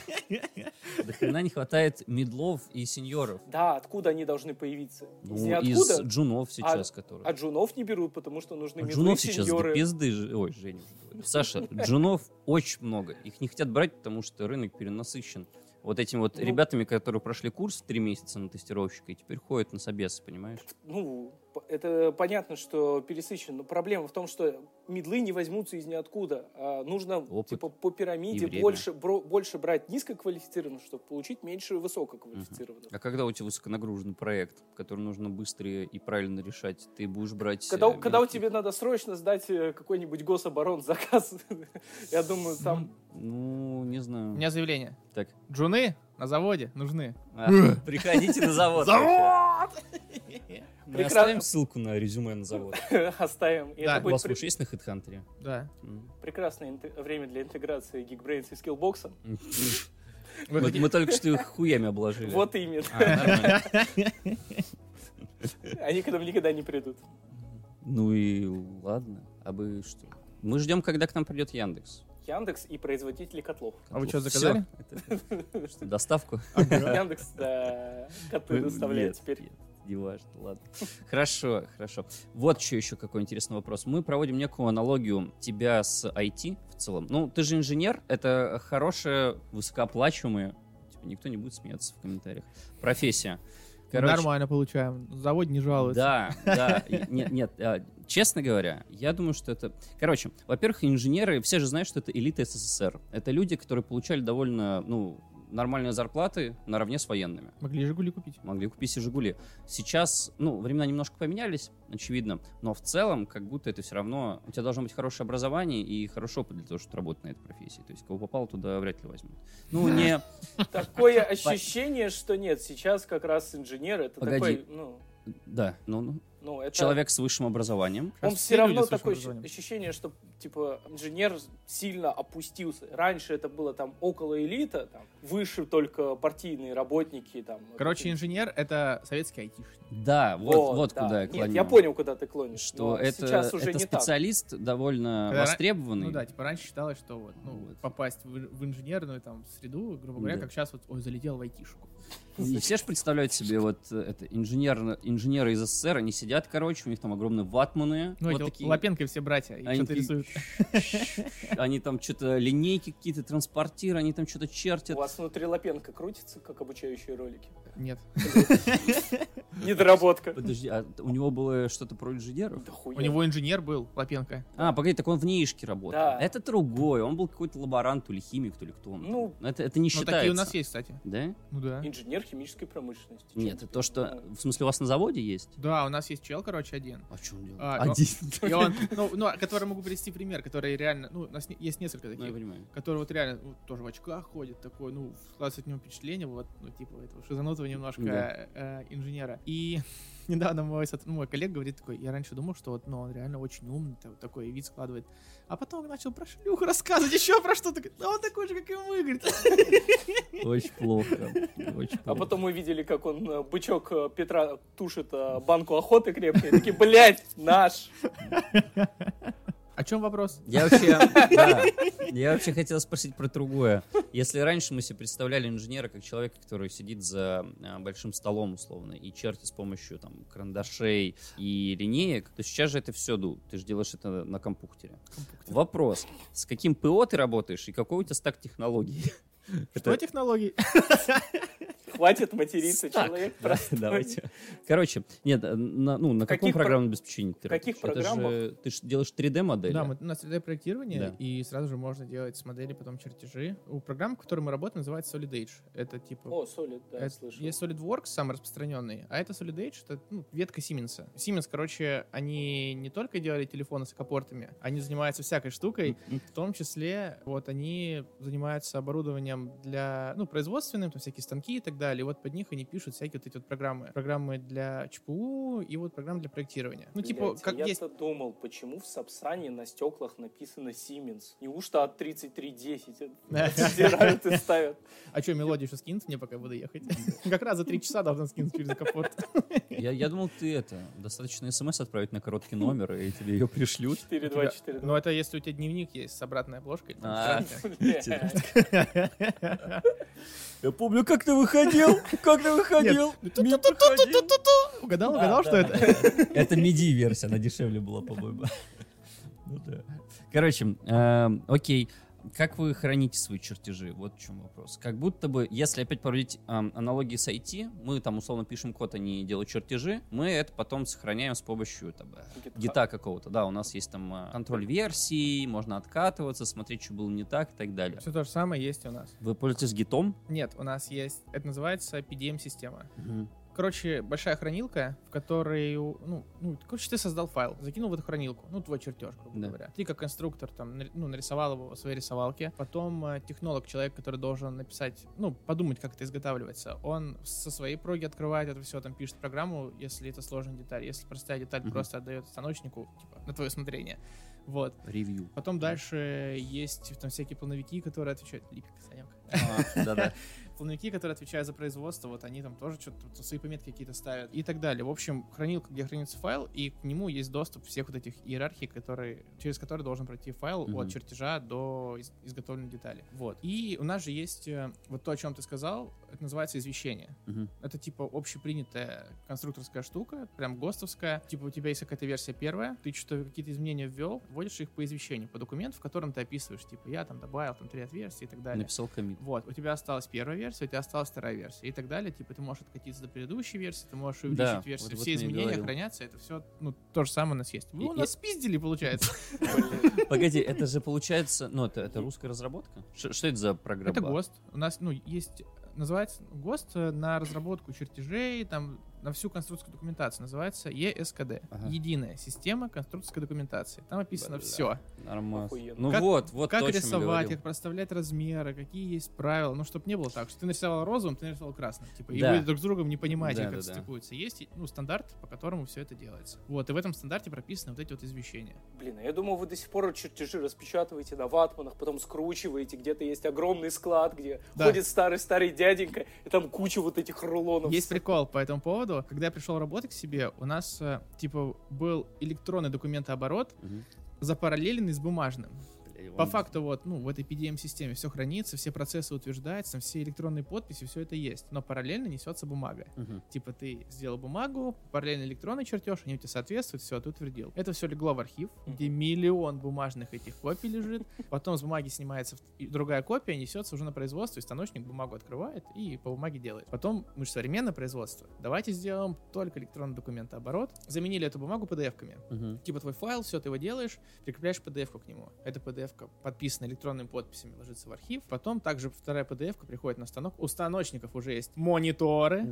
Speaker 3: До хрена не хватает медлов и сеньоров.
Speaker 5: Да, откуда они должны появиться?
Speaker 3: Ну,
Speaker 5: из ниоткуда.
Speaker 3: из джунов сейчас, которые...
Speaker 5: А джунов не берут, потому что нужны
Speaker 3: А
Speaker 5: медлы
Speaker 3: Джунов сейчас до
Speaker 5: сеньоры.
Speaker 3: пизды. же- Ой, Женя. уже говорю. Саша, джунов очень много. Их не хотят брать, потому что рынок перенасыщен. Вот этими вот
Speaker 5: Ну.
Speaker 3: ребятами, которые прошли курс три месяца на тестировщика и теперь ходят на собес, понимаешь?
Speaker 5: Ну, п- это понятно, что пересыщен. Но проблема в том, что медлы не возьмутся из ниоткуда. А нужно
Speaker 3: Опыт
Speaker 5: типа по
Speaker 3: и
Speaker 5: пирамиде
Speaker 3: время.
Speaker 5: больше, бро- больше брать низкоквалифицированных, чтобы получить меньше высококвалифицированных.
Speaker 3: А когда у тебя высоконагруженный проект, который нужно быстрее и правильно решать, ты будешь брать...
Speaker 5: Когда, у-
Speaker 3: э,
Speaker 5: когда у
Speaker 3: мелкие-
Speaker 5: тебя надо срочно сдать э, какой-нибудь гособорон заказ, я думаю, там
Speaker 3: Ну, не знаю.
Speaker 4: У меня заявление.
Speaker 3: Так.
Speaker 4: Джуны на заводе нужны.
Speaker 3: А, Приходите на завод. короче. Ну, Мы
Speaker 5: Прекрасно.
Speaker 3: оставим ссылку на резюме на завод.
Speaker 4: А,
Speaker 5: оставим. И
Speaker 4: Да,
Speaker 5: это
Speaker 3: У
Speaker 5: будет
Speaker 3: вас
Speaker 5: пре-
Speaker 3: лучше есть на HeadHunter?
Speaker 4: Да.
Speaker 3: М.
Speaker 5: прекрасное инте- время для интеграции Geekbrains и Skillbox.
Speaker 4: Вы
Speaker 3: Вот
Speaker 4: хотите-
Speaker 3: Мы только что их хуями обложили.
Speaker 5: Вот именно.
Speaker 3: А, нормально.
Speaker 5: Они к нам никогда не придут.
Speaker 3: Ну и ладно. А бы что? Мы ждем, когда к нам придет Яндекс.
Speaker 5: Яндекс и производители котлов.
Speaker 4: А вы что,
Speaker 3: Всё.
Speaker 4: заказали?
Speaker 3: Это- что, Доставку?
Speaker 5: Яндекс, да, коты
Speaker 3: Вы- А,
Speaker 5: доставляет
Speaker 3: нет,
Speaker 5: теперь.
Speaker 3: нет, Не важно, ладно. Хорошо, хорошо. Вот еще еще какой интересный вопрос. Мы проводим некую аналогию тебя с IT в целом. Ну, ты же инженер, это хорошая, высокооплачиваемая, типа, никто не будет смеяться в комментариях, профессия. Короче,
Speaker 4: Нормально получаем. На заводе не жалуются.
Speaker 3: да, да. И- Нет, нет, а, честно говоря, я думаю, что это... Короче, во-первых, инженеры, все же знают, что это элита СССР. Это люди, которые получали довольно, ну, нормальные зарплаты наравне с военными.
Speaker 4: Могли «Жигули» купить.
Speaker 3: Могли купить и «Жигули». Сейчас, ну, времена немножко поменялись, очевидно, но в целом, как будто это все равно... У тебя должно быть хорошее образование и хороший опыт для того, чтобы работать на этой профессии. То есть, кого попало, туда вряд ли возьмут. Ну, не...
Speaker 5: Такое ощущение, что нет. Сейчас как раз инженер это
Speaker 3: Погоди.
Speaker 5: такой, ну,
Speaker 3: Да, ну, ну,
Speaker 5: ну, это...
Speaker 3: человек с высшим образованием.
Speaker 5: Он
Speaker 4: Сейчас А
Speaker 5: все
Speaker 4: все
Speaker 5: равно
Speaker 4: люди с
Speaker 5: такое
Speaker 4: высшим образованием.
Speaker 5: ощущение, что типа инженер сильно опустился. Раньше это было там около элита, там, выше только партийные работники. Там,
Speaker 4: Короче,
Speaker 5: какие-то-
Speaker 4: инженер — это советский айтишник.
Speaker 3: Да, вот, вот
Speaker 5: да.
Speaker 3: куда я
Speaker 5: Нет,
Speaker 3: клоню.
Speaker 5: я понял, куда ты клонишь.
Speaker 3: Что
Speaker 5: но
Speaker 3: это,
Speaker 5: сейчас уже
Speaker 3: это
Speaker 5: не
Speaker 3: специалист довольно
Speaker 4: Когда ра-
Speaker 3: востребованный.
Speaker 4: Ну да, типа раньше считалось, что вот, ну,
Speaker 3: Вот.
Speaker 4: попасть в, в инженерную там среду, грубо говоря,
Speaker 3: Да.
Speaker 4: как сейчас вот, ой, залетел в айтишку.
Speaker 3: И все же представляют себе вот э, это инженер, инженеры из СССР, они сидят, короче, у них там огромные ватманы.
Speaker 4: Ну,
Speaker 3: вот
Speaker 4: эти
Speaker 3: такие.
Speaker 4: Лапенко и все братья, и
Speaker 3: Они
Speaker 4: что-то
Speaker 3: такие,
Speaker 4: рисуют.
Speaker 3: Они там что-то линейки какие-то, транспортиры, они там что-то
Speaker 5: так.
Speaker 3: чертят.
Speaker 5: У вас внутри Лапенко крутится, как обучающие ролики.
Speaker 4: Нет.
Speaker 5: Недоработка.
Speaker 3: Подожди, а у него было что-то про инженеров?
Speaker 5: Да
Speaker 4: У
Speaker 5: хуя.
Speaker 4: него инженер был, Лапенко.
Speaker 3: А, погоди, так он в нишке работал.
Speaker 5: Да.
Speaker 3: Это другой, он был какой-то лаборант или химик, то ли кто он.
Speaker 5: Ну,
Speaker 3: Но это, это не
Speaker 4: Ну,
Speaker 3: считается.
Speaker 4: такие у нас есть, кстати.
Speaker 3: Да?
Speaker 4: Ну да.
Speaker 5: инженер химической промышленности. Чё
Speaker 3: Нет,
Speaker 5: ты
Speaker 3: это то, что...
Speaker 5: понимаешь?
Speaker 3: В смысле, у вас на заводе есть?
Speaker 4: Да, у нас есть чел, короче, один.
Speaker 3: А что он делает?
Speaker 4: А, ну-
Speaker 3: Один.
Speaker 4: И он, ну, ну, а который могу привести пример, который реально, ну, у нас не- есть несколько
Speaker 3: Ну, я
Speaker 4: таких,
Speaker 3: понимаю.
Speaker 4: который вот реально ну, тоже в очках ходит, такой, ну, складывается от него впечатление, вот, ну, типа, этого шизанутого немножко
Speaker 3: Да.
Speaker 4: э, э, инженера. И недавно мой, сот- ну, мой коллега говорит такой, я раньше думал, что вот, ну, он реально очень умный, та- вот такой вид складывает. А потом начал про шлюху рассказывать, еще про что-то. Говорит, Да он такой же, как и мы, говорит.
Speaker 3: Очень плохо. Очень
Speaker 5: А
Speaker 3: плохо.
Speaker 5: потом мы видели, как он, э, бычок э, Петра, тушит э, банку охоты крепкой. И Такие, блядь, наш.
Speaker 4: О чем вопрос?
Speaker 3: Я вообще, да, я вообще хотел спросить про другое. Если раньше мы себе представляли инженера как человека, который сидит за а, большим столом условно и чертит с помощью там карандашей и линеек, то сейчас же это все ду. Ты же делаешь это на компьютере. Вопрос: с каким ПО ты работаешь и какой у тебя стак технологий?
Speaker 4: Что технологии?
Speaker 5: Хватит материться,
Speaker 3: Стак.
Speaker 5: человек.
Speaker 3: Да, Давайте. Короче, нет, на, ну, на каком
Speaker 5: Каких про-
Speaker 3: программном обеспечении ты
Speaker 5: в каких
Speaker 3: работаешь? Это же-
Speaker 5: программах?
Speaker 3: ты же делаешь 3D-модели.
Speaker 4: Да, мы- у нас 3D-проектирование,
Speaker 3: Да.
Speaker 4: и сразу же можно делать с модели потом чертежи. У программ, в которой мы работаем, называется Solid Edge. Это типа...
Speaker 5: О, Солид, да,
Speaker 4: Это-
Speaker 5: слышал.
Speaker 4: Есть SolidWorks, самый распространенный, а это Solid Edge, это ну, ветка Siemens. Siemens, короче, они не только делали телефоны с аккопортами, они занимаются всякой штукой, в том числе вот они занимаются оборудованием для, ну, производственным, там всякие станки и так далее, и вот под них они пишут всякие вот эти вот программы. Программы для ЧПУ и вот программы для проектирования. Ну, типа,
Speaker 5: Блядь,
Speaker 4: как
Speaker 5: я-то
Speaker 4: есть...
Speaker 5: думал, почему в Сапсане на стеклах написано Siemens? Неужто от 3310 это стирают и ставят?
Speaker 4: А что, мелодию еще скинут мне, пока буду ехать? Как раз за три часа должен скинуть через капот.
Speaker 3: Я, я думал, ты это, достаточно смс отправить на короткий номер, и тебе ее пришлют.
Speaker 5: 4242.
Speaker 4: Ну, это если у тебя дневник есть с обратной обложкой. там,
Speaker 3: А.
Speaker 4: странная.
Speaker 5: Блядь.
Speaker 3: Я помню, как ты выходил, как ты выходил.
Speaker 4: ну, Ту-ту-ту-ту-ту-ту-ту. Угадал, угадал, что это?
Speaker 3: Это MIDI-версия, она дешевле была, по-моему. Ну да. Короче, эм, окей. Как вы храните свои чертежи? Вот в чем вопрос. Как будто бы, если опять проводить эм, аналогии с IT, мы там условно пишем код, они делают чертежи, мы это потом сохраняем с помощью там, э, гита какого-то. Да, у нас есть там э, контроль версий, можно откатываться, смотреть, что было не так и так далее.
Speaker 4: Все то же самое есть у нас.
Speaker 3: Вы пользуетесь гитом?
Speaker 4: Нет, у нас есть, это называется PDM-система. Короче, большая хранилка, в которой, ну, ну, короче, ты создал файл, закинул в эту хранилку, ну, твой чертеж, грубо
Speaker 3: Да.
Speaker 4: говоря. Ты как конструктор там, нар- ну, нарисовал его в своей рисовалке. Потом э, технолог, человек, который должен написать, ну, подумать, как это изготавливается, он со своей проги открывает это все, там пишет программу, если это сложная деталь. Если простая деталь,
Speaker 3: Мгм.
Speaker 4: просто отдает станочнику, типа, на твое усмотрение. Вот.
Speaker 3: Ревью.
Speaker 4: Потом дальше есть там всякие плановики, которые отвечают. Липик, Санек.
Speaker 3: А, Да-да.
Speaker 4: Плановики, которые отвечают за производство, вот они там тоже что-то тут свои пометки какие-то ставят и так далее. В общем, хранилка, где хранится файл, и к нему есть доступ всех вот этих иерархий, которые, через которые должен пройти файл
Speaker 3: Мгм.
Speaker 4: от чертежа до из- изготовленной детали. Вот. И у нас же есть э, вот то, о чем ты сказал, это называется извещение.
Speaker 3: Мгм.
Speaker 4: Это типа общепринятая конструкторская штука, прям ГОСТовская. Типа у тебя есть какая-то версия первая, ты что-то какие-то изменения ввел, вводишь их по извещению, по документу, в котором ты описываешь, типа я там добавил там три версии и так далее.
Speaker 3: Написал комит.
Speaker 4: Вот, у тебя осталась первая версия, у тебя осталась вторая версия и так далее. Типа ты можешь откатиться до предыдущей версии, ты можешь увеличить
Speaker 3: Да,
Speaker 4: версию.
Speaker 3: вот об этом я
Speaker 4: все
Speaker 3: и
Speaker 4: изменения
Speaker 3: говорил.
Speaker 4: хранятся, это все, ну, то же самое у нас есть. Вы
Speaker 3: И-
Speaker 4: у
Speaker 3: и-
Speaker 4: нас спиздили, получается.
Speaker 3: Погоди, это же получается, ну это, это русская разработка? Ш- что это за программа?
Speaker 4: Это ГОСТ. У нас, ну, есть, называется ГОСТ э, на разработку чертежей, там, на всю конструкторскую документацию. Называется ЕСКД.
Speaker 3: Ага.
Speaker 4: Единая система конструкторской документации. Там описано
Speaker 3: Бля.
Speaker 4: все.
Speaker 3: Нормас.
Speaker 5: Охуенно.
Speaker 3: Ну
Speaker 4: Как-
Speaker 3: вот, вот
Speaker 4: как
Speaker 3: то, о чем я
Speaker 4: рисовать,
Speaker 3: говорил.
Speaker 4: как проставлять размеры, какие есть правила. Ну, чтобы не было так, что ты нарисовал розовым, ты нарисовал красным. Типа,
Speaker 3: Да.
Speaker 4: и вы друг с другом не понимаете,
Speaker 3: Да,
Speaker 4: как
Speaker 3: да,
Speaker 4: это
Speaker 3: да.
Speaker 4: стыкуется. Есть, ну, стандарт, по которому все это делается. Вот, и в этом стандарте прописаны вот эти вот извещения.
Speaker 5: Блин, а я думал, вы до сих пор чертежи распечатываете на ватманах, потом скручиваете, где-то есть огромный склад, где
Speaker 4: Да.
Speaker 5: ходит старый-старый дяденька, и там куча вот этих
Speaker 3: Ну,
Speaker 5: рулонов.
Speaker 4: Есть прикол по этому поводу. Когда я пришел работать к себе, у нас, э, типа, был электронный документооборот,
Speaker 3: Мгм.
Speaker 4: запараллеленный с бумажным.
Speaker 3: Бля,
Speaker 4: По
Speaker 3: он-
Speaker 4: факту вот, ну, в этой PDM-системе все хранится, все процессы утверждаются, там все электронные подписи, все это есть. Но параллельно несется бумага.
Speaker 3: Мгм.
Speaker 4: Типа ты сделал бумагу, параллельно электронный чертеж, они у тебя соответствуют, все, ты утвердил. Это все легло в архив, где миллион бумажных этих копий лежит. Потом с бумаги снимается в- и другая копия, несется уже на производство, и станочник бумагу открывает и по бумаге делает. Потом мы же современное производство. Давайте сделаем только электронный документооборот. Заменили эту бумагу PDF-ками.
Speaker 3: Мгм.
Speaker 4: Типа твой файл, все, ты его делаешь, прикрепляешь PDF-ку к нему. Эта PDF-ка подписана электронными подписями, ложится в архив. Потом также вторая PDF-ка приходит на станок. У станочников уже есть мониторы,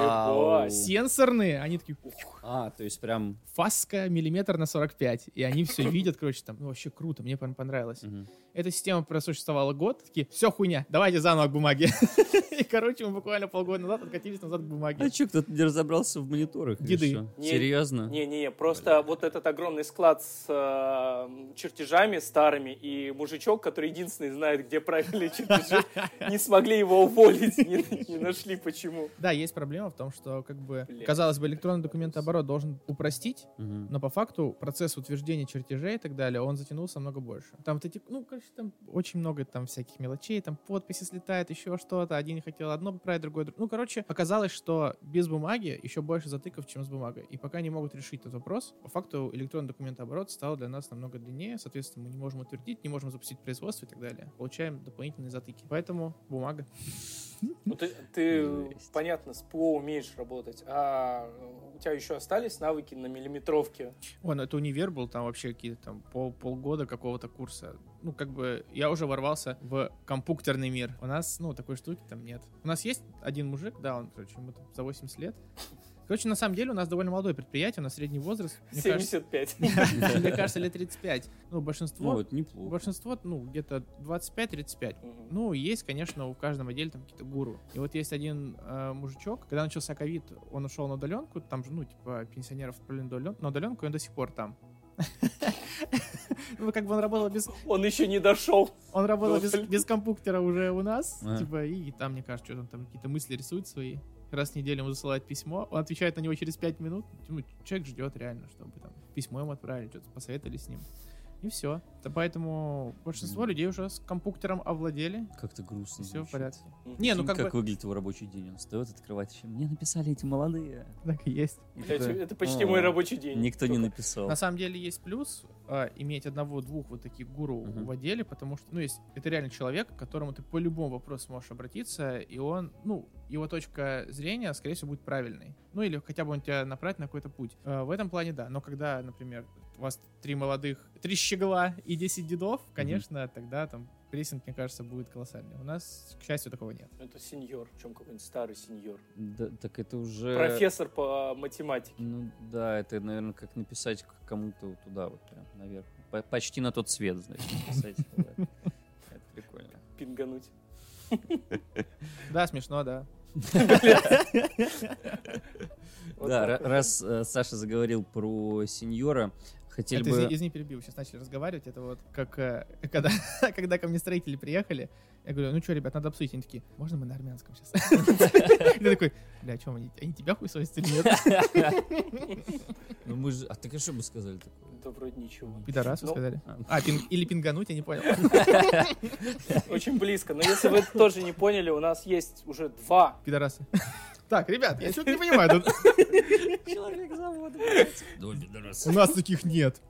Speaker 3: Вау.
Speaker 4: сенсорные. Они такие,
Speaker 3: А, то есть прям...
Speaker 4: фаска миллиметр на 45. И они все видят, короче, там, ну, вообще круто, мне прям понравилось.
Speaker 3: Мгм.
Speaker 4: Эта система просуществовала год. Такие, все хуйня, давайте заново к бумаге. И, короче, мы буквально полгода назад откатились назад к
Speaker 3: А
Speaker 4: бумаге.
Speaker 3: че, кто-то не разобрался в мониторах? или
Speaker 4: Деды.
Speaker 3: что?
Speaker 5: Не-
Speaker 3: Серьезно?
Speaker 5: Не-не-не, просто вот этот огромный склад с э, чертежами старыми и мужичок, который единственный знает, где правильные чертежи, не смогли его уволить, не, не нашли почему.
Speaker 4: Да, есть проблема в том, что, как бы,
Speaker 5: Блядь.
Speaker 4: казалось бы, электронный документооборот должен упростить
Speaker 3: Мгм.
Speaker 4: Но по факту процесс утверждения чертежей и так далее, он затянулся много больше. Там вот эти, ну, короче, там очень много там всяких мелочей, там подписи слетают, еще что-то. Один хотел одно поправить, другой друг- Ну, короче, оказалось, что без бумаги еще больше затыков, чем с бумагой. И пока не могут решить этот вопрос, по факту электронный документооборот стал для нас намного длиннее, соответственно, мы не можем утвердить, не можем запустить производство и так далее. Получаем дополнительные затыки. Поэтому бумага.
Speaker 5: Ну, ты, ты,
Speaker 3: Жесть.
Speaker 5: понятно, с ПО умеешь работать, а у тебя еще остались навыки на миллиметровке?
Speaker 4: Ой, ну это универ был, там вообще какие-то там пол, полгода какого-то курса. Ну, как бы я уже ворвался в компьютерный мир. У нас, ну, такой штуки там нет. У нас есть один мужик, да, он, короче, ему там за 80 лет. Короче, на самом деле у нас довольно молодое предприятие, у нас средний возраст. Мне кажется,
Speaker 5: 75.
Speaker 4: мне кажется, лет 35. Ну,
Speaker 3: Ну,
Speaker 4: большинство,
Speaker 3: это неплохо.
Speaker 4: большинство, ну, где-то 25-35.
Speaker 5: Мгм.
Speaker 4: Ну, есть, конечно, у каждого отделе там какие-то гуру. И вот есть один э, мужичок, когда начался ковид, он ушел на удаленку, там же, ну, типа, пенсионеров отправили на удален- на удаленку, и он до сих пор там. Ну, как бы он работал без...
Speaker 5: Он еще не дошел.
Speaker 4: Он работал
Speaker 5: Ну,
Speaker 4: без,
Speaker 5: блин.
Speaker 4: без компьютера уже у нас,
Speaker 3: А.
Speaker 4: типа, и там, мне кажется, что он там какие-то мысли рисует свои. Раз в неделю ему засылают письмо, он отвечает на него через 5 минут. Ну, человек ждет реально, чтобы там письмо ему отправили, что-то посоветовали с ним. И все. Поэтому большинство
Speaker 3: Мгм.
Speaker 4: людей уже с компьютером овладели.
Speaker 3: Как-то грустно.
Speaker 4: Все в
Speaker 3: звучит.
Speaker 4: порядке.
Speaker 5: Мгм.
Speaker 4: Не, ну
Speaker 3: Прикинь,
Speaker 4: как, бы...
Speaker 3: выглядит его рабочий день? Он стоит открывать еще. Мне написали эти молодые.
Speaker 4: Так и есть.
Speaker 3: И
Speaker 5: Блядь,
Speaker 3: такой,
Speaker 5: это почти
Speaker 3: «А,
Speaker 5: мой рабочий день.
Speaker 3: Никто не
Speaker 5: Только
Speaker 3: написал.
Speaker 4: На самом деле есть плюс а, иметь одного-двух вот таких гуру
Speaker 3: Мгм.
Speaker 4: в отделе, потому что, ну, есть, это реально человек, к которому ты по любому вопросу можешь обратиться, и он, ну, его точка зрения, скорее всего, будет правильной. Ну, или хотя бы он тебя направит на какой-то путь. А, в этом плане, да. Но когда, например, у вас три молодых, три щегла и 10 дедов, конечно, тогда там прессинг, мне кажется, будет колоссальный. У нас, к счастью, такого нет.
Speaker 5: Это сеньор, чем какой-нибудь старый сеньор.
Speaker 3: Да, так это уже...
Speaker 5: Профессор по математике.
Speaker 3: Ну да, это, наверное, как написать к кому-то вот туда вот прям наверх. По- почти на тот свет, значит, написать. Да. Это прикольно.
Speaker 5: Пингануть.
Speaker 4: Да, смешно, да.
Speaker 5: Вот
Speaker 3: да,
Speaker 5: так
Speaker 3: ра- раз э, Саша заговорил про сеньора, хотели
Speaker 4: Это,
Speaker 3: бы...
Speaker 4: извини, извини, перебил. Сейчас начали разговаривать. Это вот как э, когда, когда ко мне строители приехали, я говорю, ну что, ребят, надо обсудить. Они такие, можно мы на армянском сейчас? Ты такой, бля, о чем они? Они тебя хуй или нет?
Speaker 3: Ну мы же... А ты что бы сказали такое?
Speaker 5: что-то вроде ничего.
Speaker 4: Пидорас, вы
Speaker 5: Ну.
Speaker 4: сказали? А, пин- или пингануть, я не понял.
Speaker 5: Очень близко. Но если вы тоже не поняли, у нас есть уже два.
Speaker 4: Пидорасы. Так, ребят, я что-то не понимаю. тут
Speaker 3: Давай, пидорас.
Speaker 4: У нас таких нет.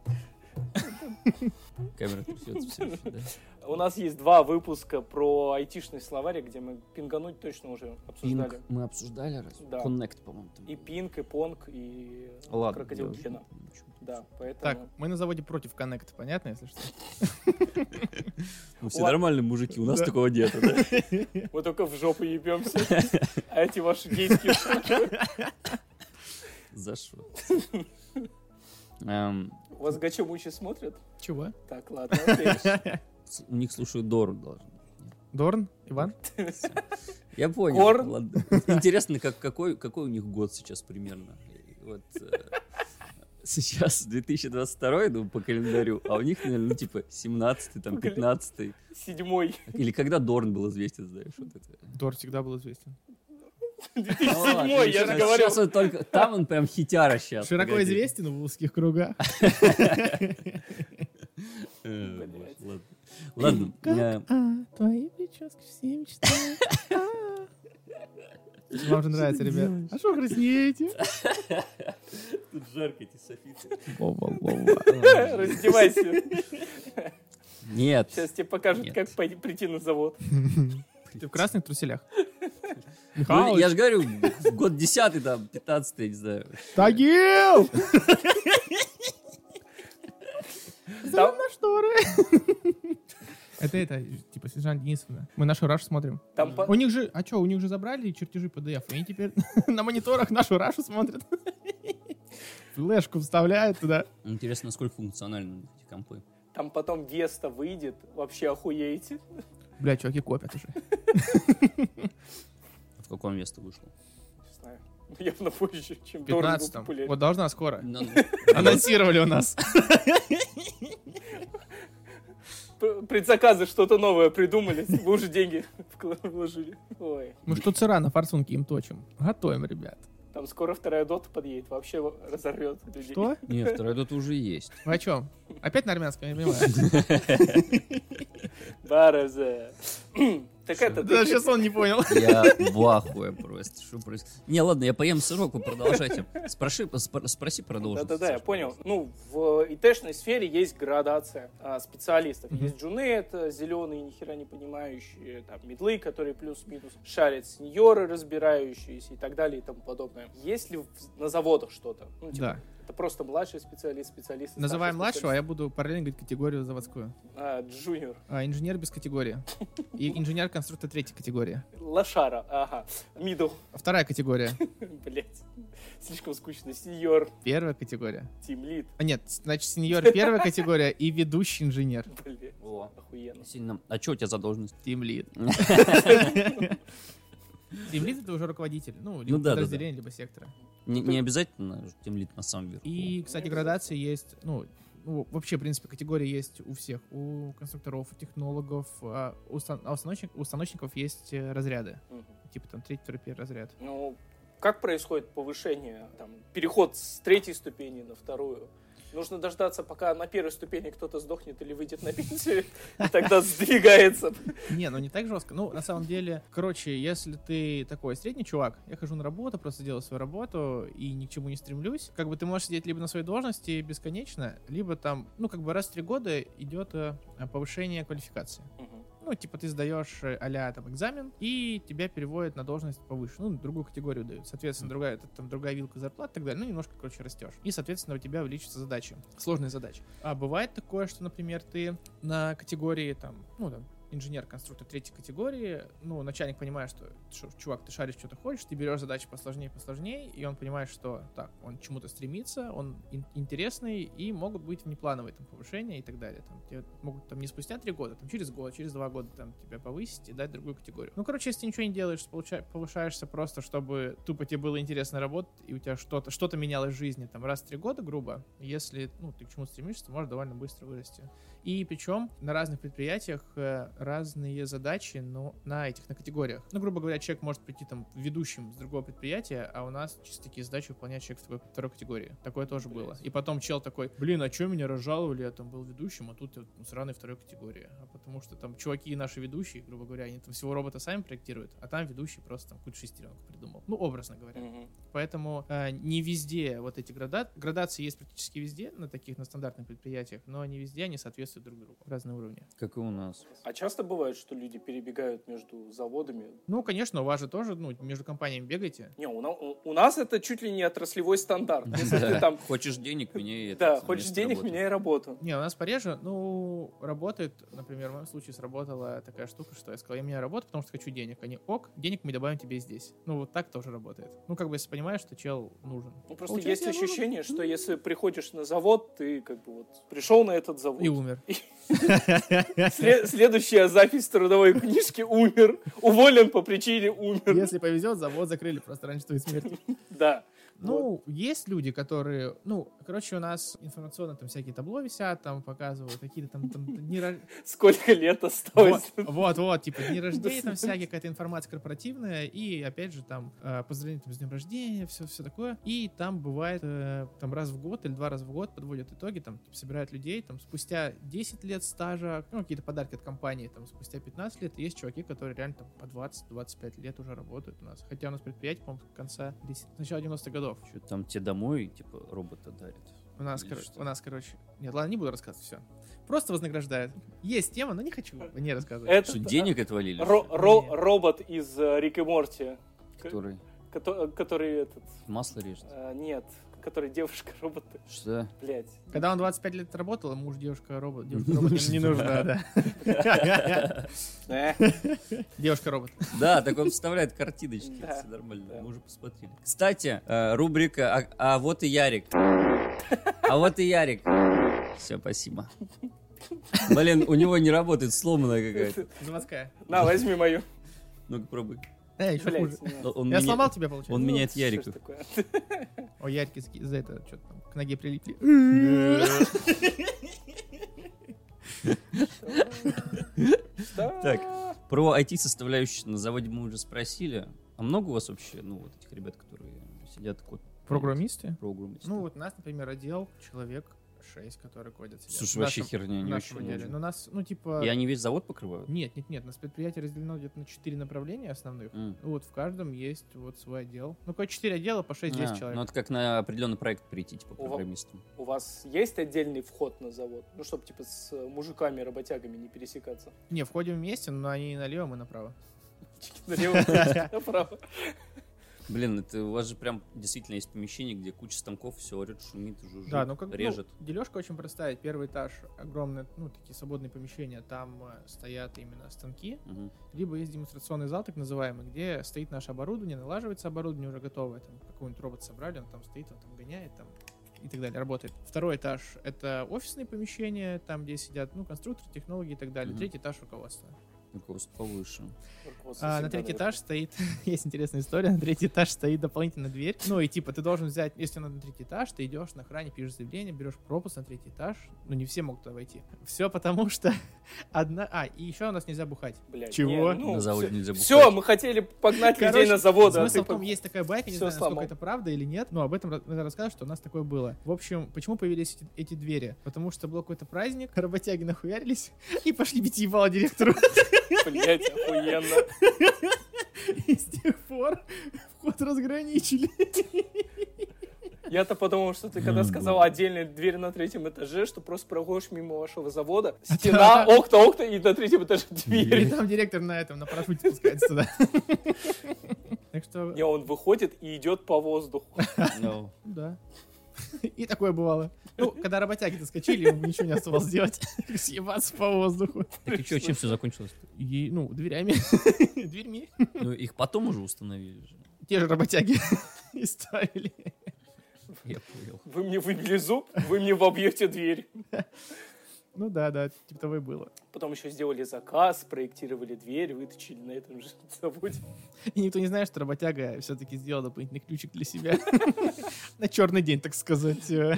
Speaker 3: Камера трясется все еще, да?
Speaker 5: У нас есть два выпуска про айтишный словарь, где мы пингануть точно уже обсуждали.
Speaker 3: Пинг мы обсуждали раз?
Speaker 5: Да.
Speaker 3: Коннект, по-моему. там.
Speaker 5: И пинг, и понг, и
Speaker 3: Ладно.
Speaker 5: крокодил
Speaker 3: я-
Speaker 5: Гена.
Speaker 3: в общем,
Speaker 5: Да,
Speaker 4: Так,
Speaker 5: поэтому...
Speaker 4: мы на заводе против коннекта, понятно, если что?
Speaker 3: Мы Ну, все
Speaker 5: Ладно.
Speaker 3: нормальные мужики, у нас
Speaker 4: Да.
Speaker 3: такого нет. да?
Speaker 5: Мы только в жопу ебемся. А эти ваши гейские штуки.
Speaker 3: За что? Эм,
Speaker 5: У вас гачемучи смотрят?
Speaker 4: Чего?
Speaker 5: Так, ладно, окей.
Speaker 3: с- У них слушают Дору должен.
Speaker 4: Дорн? Иван?
Speaker 3: Я понял.
Speaker 5: Кор.
Speaker 3: ладно. Интересно, как, какой, какой у них год сейчас примерно. И Вот, э, сейчас 2022, ну, по календарю, а у них, наверное, ну, типа 17 там,
Speaker 5: По календарю.
Speaker 3: 15
Speaker 5: Седьмой.
Speaker 3: Или когда Дорн был известен, знаешь, вот это.
Speaker 4: Дор всегда был известен.
Speaker 5: Ну, 2007, я же говорил.
Speaker 3: Сейчас он только... Там он прям хитяра сейчас.
Speaker 4: Широко известен в узких кругах.
Speaker 5: Блядь.
Speaker 3: Ладно. Ладно. э,
Speaker 4: А, твои прически все мечтают. Вам же нравится, ребят. А что краснеете?
Speaker 3: Тут жарко эти софиты.
Speaker 5: Раздевайся.
Speaker 3: Нет.
Speaker 5: Сейчас тебе покажут,
Speaker 3: Нет.
Speaker 5: как пойти- прийти на завод.
Speaker 4: Ты в красных труселях?
Speaker 3: Ну, Я
Speaker 4: Михалыч,
Speaker 3: же говорю, год 10 там, 15 я не знаю.
Speaker 4: Тагил!
Speaker 5: Там-
Speaker 4: на шторы. Это это, типа, Снежана Денисовна. Мы нашу Рашу смотрим.
Speaker 5: Там по-
Speaker 4: У них же, а что, у них же забрали чертежи PDF, и они теперь на мониторах нашу Рашу смотрят. Флешку вставляют туда.
Speaker 3: Интересно, насколько функциональны у них эти компы.
Speaker 5: Там потом Веста выйдет, вообще охуеете.
Speaker 4: Бля, чуваки копят уже.
Speaker 3: В каком месте вышло?
Speaker 5: Не знаю. Ну, Явно позже, чем
Speaker 4: В
Speaker 5: Дорн был
Speaker 4: 15
Speaker 5: популярен.
Speaker 4: Вот должна скоро.
Speaker 3: Она
Speaker 4: Анонсировали у нас.
Speaker 5: П- Предзаказы что-то новое придумали, вы уже деньги вкла- вложили. Ой,
Speaker 4: Мы что цыра на форсунке им точим? Готовим, ребят.
Speaker 5: там скоро вторая дота подъедет, вообще разорвет людей.
Speaker 4: Что?
Speaker 3: Нет, второй дот уже есть.
Speaker 4: Вы о чем? Опять на армянском, я не понимаю.
Speaker 5: Баразе. Так это...
Speaker 4: Да, сейчас он не понял.
Speaker 3: Я в ахуе просто. Что происходит? Не, ладно, я поем сырок, вы продолжайте. Спроси, спро- спроси продолжим.
Speaker 5: Да-да-да, я понял. Ну, в ИТ-шной сфере есть градация а, специалистов. Есть э, джуны, это зеленые, нихера не понимающие, там, медлы, которые плюс-минус шарят, сеньоры, разбирающиеся и так далее и тому подобное. Есть ли в- на заводах что-то? Ну, типа,
Speaker 4: Да.
Speaker 5: это просто младший специалист, специалист. и
Speaker 4: Называем
Speaker 5: старший
Speaker 4: младшего, а я буду параллельно говорить категорию заводскую.
Speaker 5: специалист. А, джуниор.
Speaker 4: А, инженер без категории. И инженер-конструктор третьей категории.
Speaker 5: Лошара, ага. Мидл,
Speaker 4: А Вторая категория.
Speaker 5: блять. Слишком скучно. Сеньор,
Speaker 4: Первая категория.
Speaker 5: тим лид,
Speaker 4: А нет, значит, сеньор первая категория и ведущий инженер.
Speaker 5: блять.
Speaker 3: О,
Speaker 5: Охуенно.
Speaker 3: сильно. А что у тебя за должность?
Speaker 4: Тимлид. Тимлид это уже руководитель. Ну,
Speaker 3: Ну
Speaker 4: либо
Speaker 3: да, да, да.
Speaker 4: подразделение, либо сектора.
Speaker 3: Не, не обязательно же тем лид на самом верху.
Speaker 4: И, кстати, градации есть, ну, ну, вообще, в принципе, категории есть у всех. У конструкторов, у технологов, а у, стан- а у станочник- у станочников есть э, разряды.
Speaker 5: Мгм.
Speaker 4: Типа там третий, второй, первый разряд.
Speaker 5: Ну, как происходит повышение, там, переход с третьей ступени на вторую? Нужно дождаться, пока на первой ступени кто-то сдохнет или выйдет на пенсию, и тогда сдвигается.
Speaker 4: Не, ну не так жестко. Ну, на самом деле, короче, если ты такой средний чувак, я хожу на работу, просто делаю свою работу и ни к чему не стремлюсь, как бы ты можешь сидеть либо на своей должности бесконечно, либо там, ну, как бы раз в три года идет э, повышение квалификации.
Speaker 5: Мгм.
Speaker 4: Ну, типа ты сдаешь э, а-ля там экзамен, и тебя переводят на должность повыше. Ну, другую категорию дают. Соответственно, другая, это, там, другая вилка зарплат и так далее. Ну, немножко, короче, растешь. И, соответственно, у тебя увеличатся задачи. Сложные задачи. А бывает такое, что, например, ты на категории там, ну, там, инженер-конструктор третьей категории, ну, начальник понимает, что, ш- чувак, ты шаришь, что ты хочешь, ты берешь задачи посложнее, посложнее, и он понимает, что так, он к чему-то стремится, он ин- интересный, и могут быть внеплановые там повышения и так далее. Там, тебе могут там не спустя три года, там через год, через два года там тебя повысить и дать другую категорию. Ну, короче, если ты ничего не делаешь, получа- повышаешься просто, чтобы тупо тебе было интересно работать, и у тебя что-то что-то менялось в жизни там раз в три года, грубо. Если, ну, ты к чему стремишься, ты можешь довольно быстро вырасти. И причем на разных предприятиях э, разные задачи, но на этих, на категориях. Ну, грубо говоря, человек может прийти там ведущим с другого предприятия, а у нас чисто такие задачи выполняет человек в такой- второй категории. Такое тоже было. И потом чел такой, блин, а чё меня разжаловали, я там был ведущим, а тут я ну, сраный второй категории. А потому что там чуваки и наши ведущие, грубо говоря, они там всего робота сами проектируют, а там ведущий просто там какую-то шестеренку придумал. Ну, образно говоря.
Speaker 5: Мгм.
Speaker 4: Поэтому э, не везде вот эти града... градации есть практически везде на таких на стандартных предприятиях, но не везде они соответствуют друг другу. Разные уровни.
Speaker 3: Как и у нас.
Speaker 5: А часто бывает, что люди перебегают между заводами?
Speaker 4: Ну, конечно, у вас же тоже ну, между компаниями бегаете.
Speaker 5: Не, у, на- у- у нас это чуть ли не отраслевой стандарт. Если ты там,
Speaker 3: Хочешь денег, меняй это.
Speaker 5: да,
Speaker 3: место
Speaker 5: хочешь денег,
Speaker 3: работы.
Speaker 5: меняй работу.
Speaker 4: Не, у нас пореже, ну, работает, например, в моем случае сработала такая штука, что я сказал, я меня работу, потому что хочу денег. Они, ок, денег мы добавим тебе здесь. Ну, вот так тоже работает. Ну, как бы, если понимаешь, что чел нужен.
Speaker 5: Ну, просто
Speaker 4: Получается,
Speaker 5: есть
Speaker 4: я нужен.
Speaker 5: ощущение, что если приходишь на завод, ты как бы вот пришел на этот завод.
Speaker 4: И умер.
Speaker 5: Сле- Следующая запись трудовой книжки умер. Уволен по причине умер.
Speaker 4: Если повезет, завод закрыли просто раньше твоей смерти.
Speaker 5: Да.
Speaker 4: Ну, есть люди, которые, ну, короче, у нас информационно там всякие табло висят, там показывают какие-то там, там дни рож-
Speaker 5: Сколько лет осталось?
Speaker 4: Вот, вот, вот, типа дни рождения, там всякие какая-то информация корпоративная, и опять же там э, поздравления там, с днем рождения, все, все такое. И там бывает э, там раз в год или два раза в год подводят итоги, там типа, собирают людей, там спустя 10 лет стажа, ну, какие-то подарки от компании, там спустя 15 лет, есть чуваки, которые реально там по 20-25 лет уже работают у нас. Хотя у нас предприятие, по-моему, с конца, 10 с начала 90-х годов.
Speaker 3: Чё, там тебе домой, типа, робота дарит.
Speaker 4: У нас,
Speaker 3: Или
Speaker 4: короче,
Speaker 3: что?
Speaker 4: у нас, короче... Нет, ладно, не буду рассказывать, все. Просто вознаграждают. Есть тема, но не хочу не рассказывать.
Speaker 5: Это
Speaker 3: Что, денег отвалили?
Speaker 5: э, ро- ро-
Speaker 4: Нет.
Speaker 5: робот из э, Рик и Морти,
Speaker 3: Который
Speaker 5: кото- который этот...
Speaker 3: масло режет.
Speaker 5: э, Нет, который девушка-робота.
Speaker 3: Что?
Speaker 5: Блять.
Speaker 4: Когда он 25 лет работал, ему уж девушка-робот. Девушка-робот им не нужна, да.
Speaker 5: Э?
Speaker 4: Девушка-робот.
Speaker 3: Да, так он вставляет картиночки.
Speaker 5: Да.
Speaker 3: Все нормально,
Speaker 5: Да.
Speaker 3: мы уже посмотрели. Кстати, э, рубрика «А- «А вот и Ярик». А вот и Ярик. Все, спасибо. Блин, у него не работает, сломанная какая-то.
Speaker 4: Заводская.
Speaker 5: На, возьми мою.
Speaker 3: Ну-ка, пробуй.
Speaker 4: Э, еще хуже.
Speaker 5: Блядь, нет. Ну,
Speaker 3: Он
Speaker 4: Я
Speaker 3: меня-
Speaker 4: сломал тебя, получается?
Speaker 3: Он меняет
Speaker 5: Что ж
Speaker 3: Ярику.
Speaker 5: такое?
Speaker 4: О, Ярик из- из-за этого что-то там к ноге прилипли.
Speaker 5: Да.
Speaker 3: Так. Про IT-составляющую на заводе мы уже спросили. А много у вас вообще, ну, вот этих ребят, которые сидят код?
Speaker 4: Программисты?
Speaker 3: программисты?
Speaker 4: Ну, вот у нас, например, отдел человек 6, который кодят. сидят.
Speaker 3: Слушай,
Speaker 4: В
Speaker 3: вообще
Speaker 4: нашем-
Speaker 3: херня,
Speaker 4: в
Speaker 3: не
Speaker 4: нашем
Speaker 3: очень
Speaker 4: отделе.
Speaker 3: нужно.
Speaker 4: Но нас, ну, типа...
Speaker 3: И они весь завод покрывают?
Speaker 4: Нет, нет, нет, у нас предприятие разделено где-то на 4 направления основных.
Speaker 3: М.
Speaker 4: Вот, в каждом есть вот свой отдел. Ну, какое 4 отдела по 6-10
Speaker 3: А,
Speaker 4: человек.
Speaker 3: Ну, это как на определенный проект прийти, типа,
Speaker 5: Ува.
Speaker 3: программистам.
Speaker 5: У вас есть отдельный вход на завод? Ну, чтобы, типа, с э, мужиками-работягами не пересекаться.
Speaker 4: Не, входим вместе, но они и налево, и направо.
Speaker 5: Чики налево, чики направо.
Speaker 3: Блин, это у вас же прям действительно есть помещение, где куча станков, все орет, шумит, жужжит,
Speaker 4: Да, ну как бы, ну,
Speaker 3: режет.
Speaker 4: дележка очень простая. Первый этаж огромные, ну, такие свободные помещения, там э, стоят именно станки.
Speaker 3: Мгм.
Speaker 4: Либо есть демонстрационный зал, так называемый, где стоит наше оборудование, налаживается оборудование уже готовое. Там какой-нибудь робот собрали, он там стоит, он там гоняет, там и так далее, работает. Второй этаж — это офисные помещения, там, где сидят, ну, конструкторы, технологи и так далее.
Speaker 3: Мгм.
Speaker 4: Третий этаж — руководство.
Speaker 3: Ну, просто повыше.
Speaker 5: Руководство
Speaker 4: А,
Speaker 5: всегда
Speaker 4: на третий
Speaker 5: наверху.
Speaker 4: этаж стоит, есть интересная история, на третий этаж стоит дополнительная дверь. Ну и типа ты должен взять, если она на третий этаж, ты идешь на охране, пишешь заявление, берешь пропуск на третий этаж. Ну не все могут туда войти. Все потому что одна... А, и еще у нас нельзя бухать.
Speaker 5: Блядь,
Speaker 4: Чего?
Speaker 5: не, ну,
Speaker 3: на заводе нельзя бухать.
Speaker 5: Все, мы хотели погнать
Speaker 4: Короче,
Speaker 5: людей на завод. а
Speaker 4: Смысл
Speaker 5: ты
Speaker 4: в том,
Speaker 5: пог-
Speaker 4: есть такая байка, не
Speaker 5: всё
Speaker 4: знаю, насколько
Speaker 5: сломал.
Speaker 4: это правда или нет, но об этом ра- надо рассказать, что у нас такое было. В общем, почему появились эти, эти двери? Потому что был какой-то праздник, работяги нахуярились и пошли бить ебало директору.
Speaker 5: Блядь, охуенно.
Speaker 4: И с тех пор вход разграничили.
Speaker 5: Я-то подумал, что ты когда сказал отдельная дверь на третьем этаже, что просто проходишь мимо вашего завода, стена,
Speaker 4: Да.
Speaker 5: окна, окна, и на третьем этаже
Speaker 4: И
Speaker 5: дверь.
Speaker 4: там директор на этом, на парашюте спускается туда. Так что,
Speaker 5: Не, он выходит и идет по воздуху.
Speaker 3: Ну,
Speaker 4: да. И такое бывало. Ну, когда работяги доскочили, ему ничего не оставалось делать. Съебаться по воздуху.
Speaker 3: так и чё, чем все закончилось?
Speaker 4: И, ну, дверями. Дверьми.
Speaker 3: Ну, их потом уже установили же.
Speaker 4: Те же работяги и ставили.
Speaker 3: Я понял.
Speaker 5: Вы мне выбили зуб, вы мне вобьете дверь.
Speaker 4: Ну да, да, типа того и было.
Speaker 5: Потом еще сделали заказ, проектировали дверь, выточили на этом же заводе.
Speaker 4: И никто не знает, что работяга все-таки сделал дополнительный ключик для себя. На черный день, так сказать. э,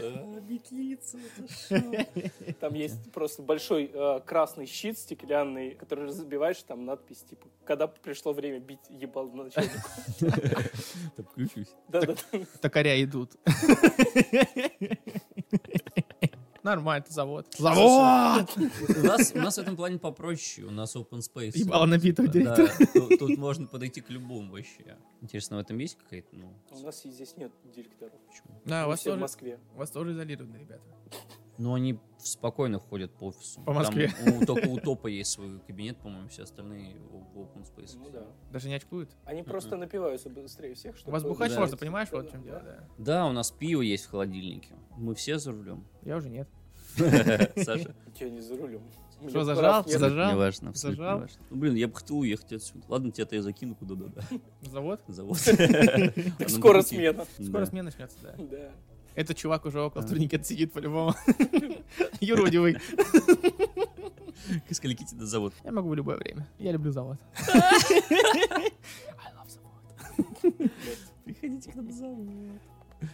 Speaker 5: Там есть просто большой э, красный щит стеклянный, который разбиваешь, там надпись, типа, когда пришло время бить ебал на начальника».
Speaker 3: Там включусь.
Speaker 5: Да-да.
Speaker 4: Токаря идут. Нормально, это завод.
Speaker 3: У нас, у нас в этом плане попроще, у нас open space.
Speaker 4: Ебало напиток
Speaker 3: Да,
Speaker 4: директора.
Speaker 3: тут, тут можно подойти к любому вообще. Интересно, в этом есть какая-то, ну,
Speaker 5: У нас и здесь нет директоров.
Speaker 3: почему?
Speaker 4: Да, у
Speaker 5: Мы
Speaker 4: А вас
Speaker 5: все в
Speaker 4: тоже,
Speaker 5: Москве.
Speaker 4: у вас тоже изолированы, ребята.
Speaker 3: Ну, они спокойно ходят по офису.
Speaker 4: По Москве.
Speaker 3: Там у, только у топа есть свой кабинет, по-моему, все остальные в в open space.
Speaker 5: Ну да.
Speaker 4: Даже не очкуют.
Speaker 5: Они просто напиваются быстрее всех,
Speaker 4: У
Speaker 5: чтобы...
Speaker 4: вас бухать
Speaker 3: Да.
Speaker 4: можно, понимаешь, вот в чем
Speaker 5: Да.
Speaker 4: дело, да.
Speaker 3: Да, у нас пиво есть в холодильнике. Мы все за рулем.
Speaker 4: Я уже нет.
Speaker 3: Саша,
Speaker 5: Я не за рулем. Мне
Speaker 4: Что,
Speaker 5: прав
Speaker 4: зажал?
Speaker 5: нет.
Speaker 3: не
Speaker 4: Зажал?
Speaker 3: важно. абсолютно не
Speaker 4: Зажал?
Speaker 3: важно. Ну, блин, я бы хотел уехать отсюда. Ладно, тебя-то я закину куда-то, да.
Speaker 4: Завод?
Speaker 3: Завод. ну,
Speaker 5: Так скоро смена.
Speaker 4: Скоро смена начнется, да.
Speaker 5: Да.
Speaker 4: Этот чувак уже около турникета сидит по-любому. Юродивый.
Speaker 3: Скольки тебе до завод?
Speaker 4: Я могу в любое время. Я люблю завод.
Speaker 3: Приходите к нам завод.
Speaker 5: Да.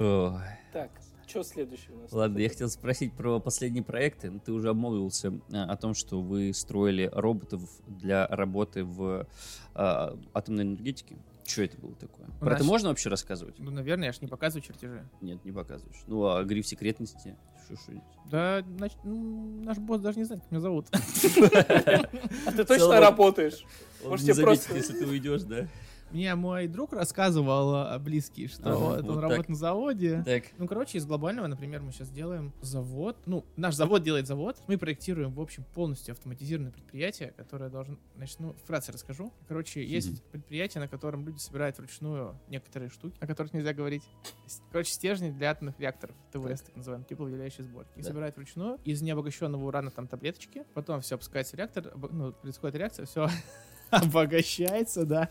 Speaker 5: А,
Speaker 3: Ой.
Speaker 5: Так, что следующее у нас? А
Speaker 3: Ладно, я хотел спросить про последние проекты. Ты уже обмолвился а, о том, что вы строили роботов для работы в а, атомной энергетике. Что это было такое? Про это
Speaker 4: нас-
Speaker 3: можно вообще рассказывать?
Speaker 4: Ну, наверное, я ж не показываю чертежи.
Speaker 3: Нет, не показываешь. Ну, а гриф секретности? Что, что это?
Speaker 4: Да, значит, ну, наш босс даже не знает, как меня зовут.
Speaker 5: А ты
Speaker 3: целом-
Speaker 5: точно работаешь?
Speaker 3: Он
Speaker 5: Может,
Speaker 3: не
Speaker 5: тебе
Speaker 3: заметит,
Speaker 5: просто-
Speaker 3: если ты уйдешь, да?
Speaker 4: Мне мой друг рассказывал а, близкий, что
Speaker 3: Ага,
Speaker 4: вот
Speaker 3: вот
Speaker 4: он
Speaker 3: так.
Speaker 4: работает на заводе.
Speaker 3: Так.
Speaker 4: Ну, короче, из глобального, например, мы сейчас делаем завод. Ну, наш завод делает завод. Мы проектируем, в общем, полностью автоматизированное предприятие, которое должно... Значит, ну, вкратце расскажу. Короче, есть предприятие, на котором люди собирают вручную некоторые штуки, о которых нельзя говорить. С- Короче, стержни для атомных реакторов, ТВС, так называемые, тепловыделяющие сборки. Их
Speaker 3: Да.
Speaker 4: собирают вручную. Из необогащенного урана там таблеточки. Потом все опускается в реактор, обо- ну, происходит реакция, все обогащается, да.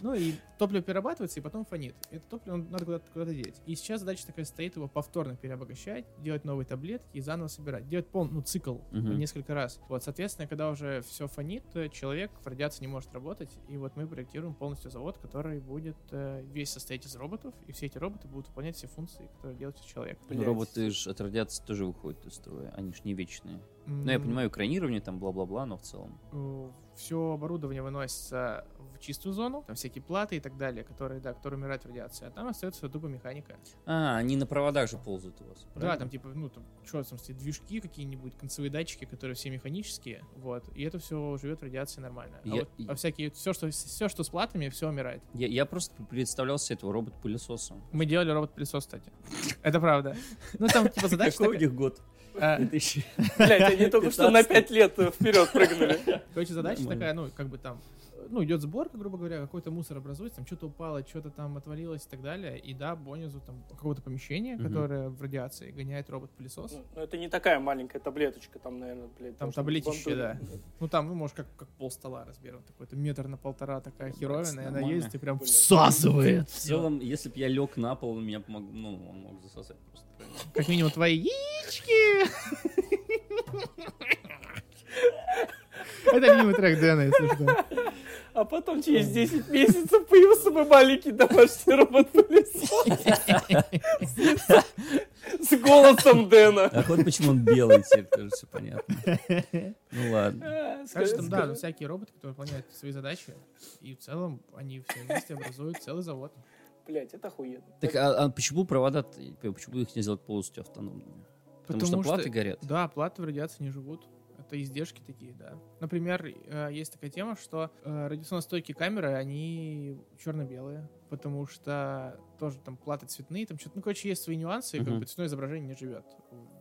Speaker 4: Ну и топливо перерабатывается и потом фонит. Это топливо надо куда-то куда деть. И сейчас задача такая стоит его повторно переобогащать, делать новые таблетки и заново собирать. Делать полный ну, цикл
Speaker 3: Мгм.
Speaker 4: несколько раз. Вот, соответственно, когда уже все фонит, э, человек в радиации не может работать. И вот мы проектируем полностью завод, который будет э, весь состоять из роботов. И все эти роботы будут выполнять все функции, которые делает человек.
Speaker 5: Блядь.
Speaker 3: Роботы ж от радиации тоже выходят из строя. Они ж не вечные. Ну, я понимаю, экранирование там, бла-бла-бла, но в целом.
Speaker 4: все э, оборудование выносится в чистую зону, там всякие платы и так далее, которые, да, которые умирают в радиации, а там остается тупо механика. Ну
Speaker 3: А, они на проводах же ползают у вас.
Speaker 4: Да,
Speaker 3: правильно?
Speaker 4: там типа, ну, там, что там стоит, движки какие-нибудь, концевые датчики, которые все механические, вот, и это все живет в радиации нормально. А,
Speaker 3: Я-
Speaker 4: вот- а всякие, все что, все, что с платами, все умирает.
Speaker 3: Я, я просто представлял себе этого робот-пылесоса.
Speaker 4: Мы делали робот-пылесос, кстати. Это правда. Ну, там, типа, задача
Speaker 3: Какой у
Speaker 4: такая.
Speaker 3: них год?
Speaker 4: а,
Speaker 3: 2000.
Speaker 5: Блять, они только что на 5 лет э, вперед прыгнули.
Speaker 4: Короче, задача
Speaker 3: Нормально.
Speaker 4: такая, ну, как бы там, э, ну, идет сборка, грубо говоря, какой-то мусор образуется, там что-то упало, что-то там отвалилось и так далее. И да, бонизу там какого-то помещения,
Speaker 3: Мгм.
Speaker 4: которое в радиации гоняет робот-пылесос.
Speaker 5: Ну, это не такая маленькая таблеточка, там, наверное, блядь.
Speaker 4: Там
Speaker 5: должно
Speaker 4: таблетище,
Speaker 5: бандурить.
Speaker 4: да. Ну там, ну, может, как, как пол стола размером такой-то, метр на полтора такая херовина, и она
Speaker 3: нормально.
Speaker 4: ездит и прям
Speaker 5: Блядь.
Speaker 4: всасывает.
Speaker 3: В целом, если бы я лег на пол, он меня помог, ну, он мог засосать просто.
Speaker 4: Как минимум твои яички. Это любимый трек Дэна, если что.
Speaker 5: А потом через 10 месяцев появился бы маленький домашний робот-пылесос. С голосом Дэна.
Speaker 3: А вот почему он белый теперь, тоже все понятно. Ну ладно.
Speaker 5: А,
Speaker 4: Так
Speaker 5: скажи,
Speaker 4: что, да, ну,
Speaker 5: скажи.
Speaker 4: всякие роботы, которые выполняют свои задачи, и в целом они все вместе образуют целый завод.
Speaker 5: Блядь, это охуенно.
Speaker 3: Так а, а почему провода, почему их нельзя сделать полностью автономными? Потому, что платы горят.
Speaker 4: Да, платы в радиации не живут. Это издержки такие, да. Например, э, есть такая тема, что э, радиационно стойкие камеры, они черно-белые, потому что тоже там платы цветные, там что-то, ну, короче, есть свои нюансы, и как
Speaker 3: Мгм.
Speaker 4: бы цветное изображение не живет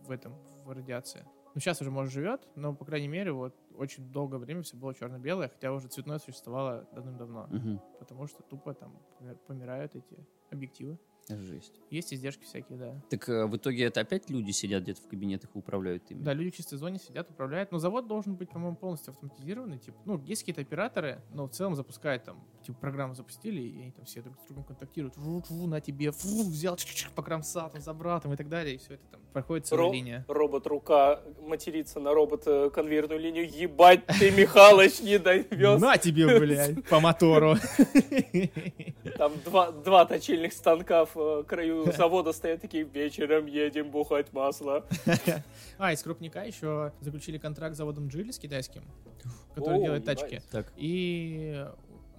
Speaker 4: в этом, в радиации. Ну, сейчас уже, может, живет, но, по крайней мере, вот очень долгое время все было черно-белое, хотя уже цветное существовало давным-давно,
Speaker 3: Мгм.
Speaker 4: потому что тупо там, например, помирают эти объективы.
Speaker 3: Жесть.
Speaker 4: Есть издержки всякие, да.
Speaker 3: Так а, в итоге это опять люди сидят где-то в кабинетах и управляют ими?
Speaker 4: Да, люди в чистой зоне сидят, управляют. Но завод должен быть, по-моему, полностью автоматизированный. Типа, ну, есть какие-то операторы, но в целом запускают там, типа, программу запустили, и они там все друг с другом контактируют. Ву, ву, на тебе, ву, взял, чик-чик, покромсал, там, забрал, там, и так далее. И все это там проходит целая
Speaker 5: Ро-
Speaker 4: линия.
Speaker 5: Робот-рука матерится на робот-конвейерную линию. Ебать ты, Михалыч, не довез.
Speaker 4: На тебе, блядь, по мотору.
Speaker 5: Там два, два точильных станка в э, краю завода стоят такие, вечером едем бухать масло.
Speaker 4: А, из крупника еще заключили контракт с заводом Джили с китайским, который
Speaker 5: О,
Speaker 4: делает
Speaker 5: ебать.
Speaker 4: тачки.
Speaker 3: Так,
Speaker 4: И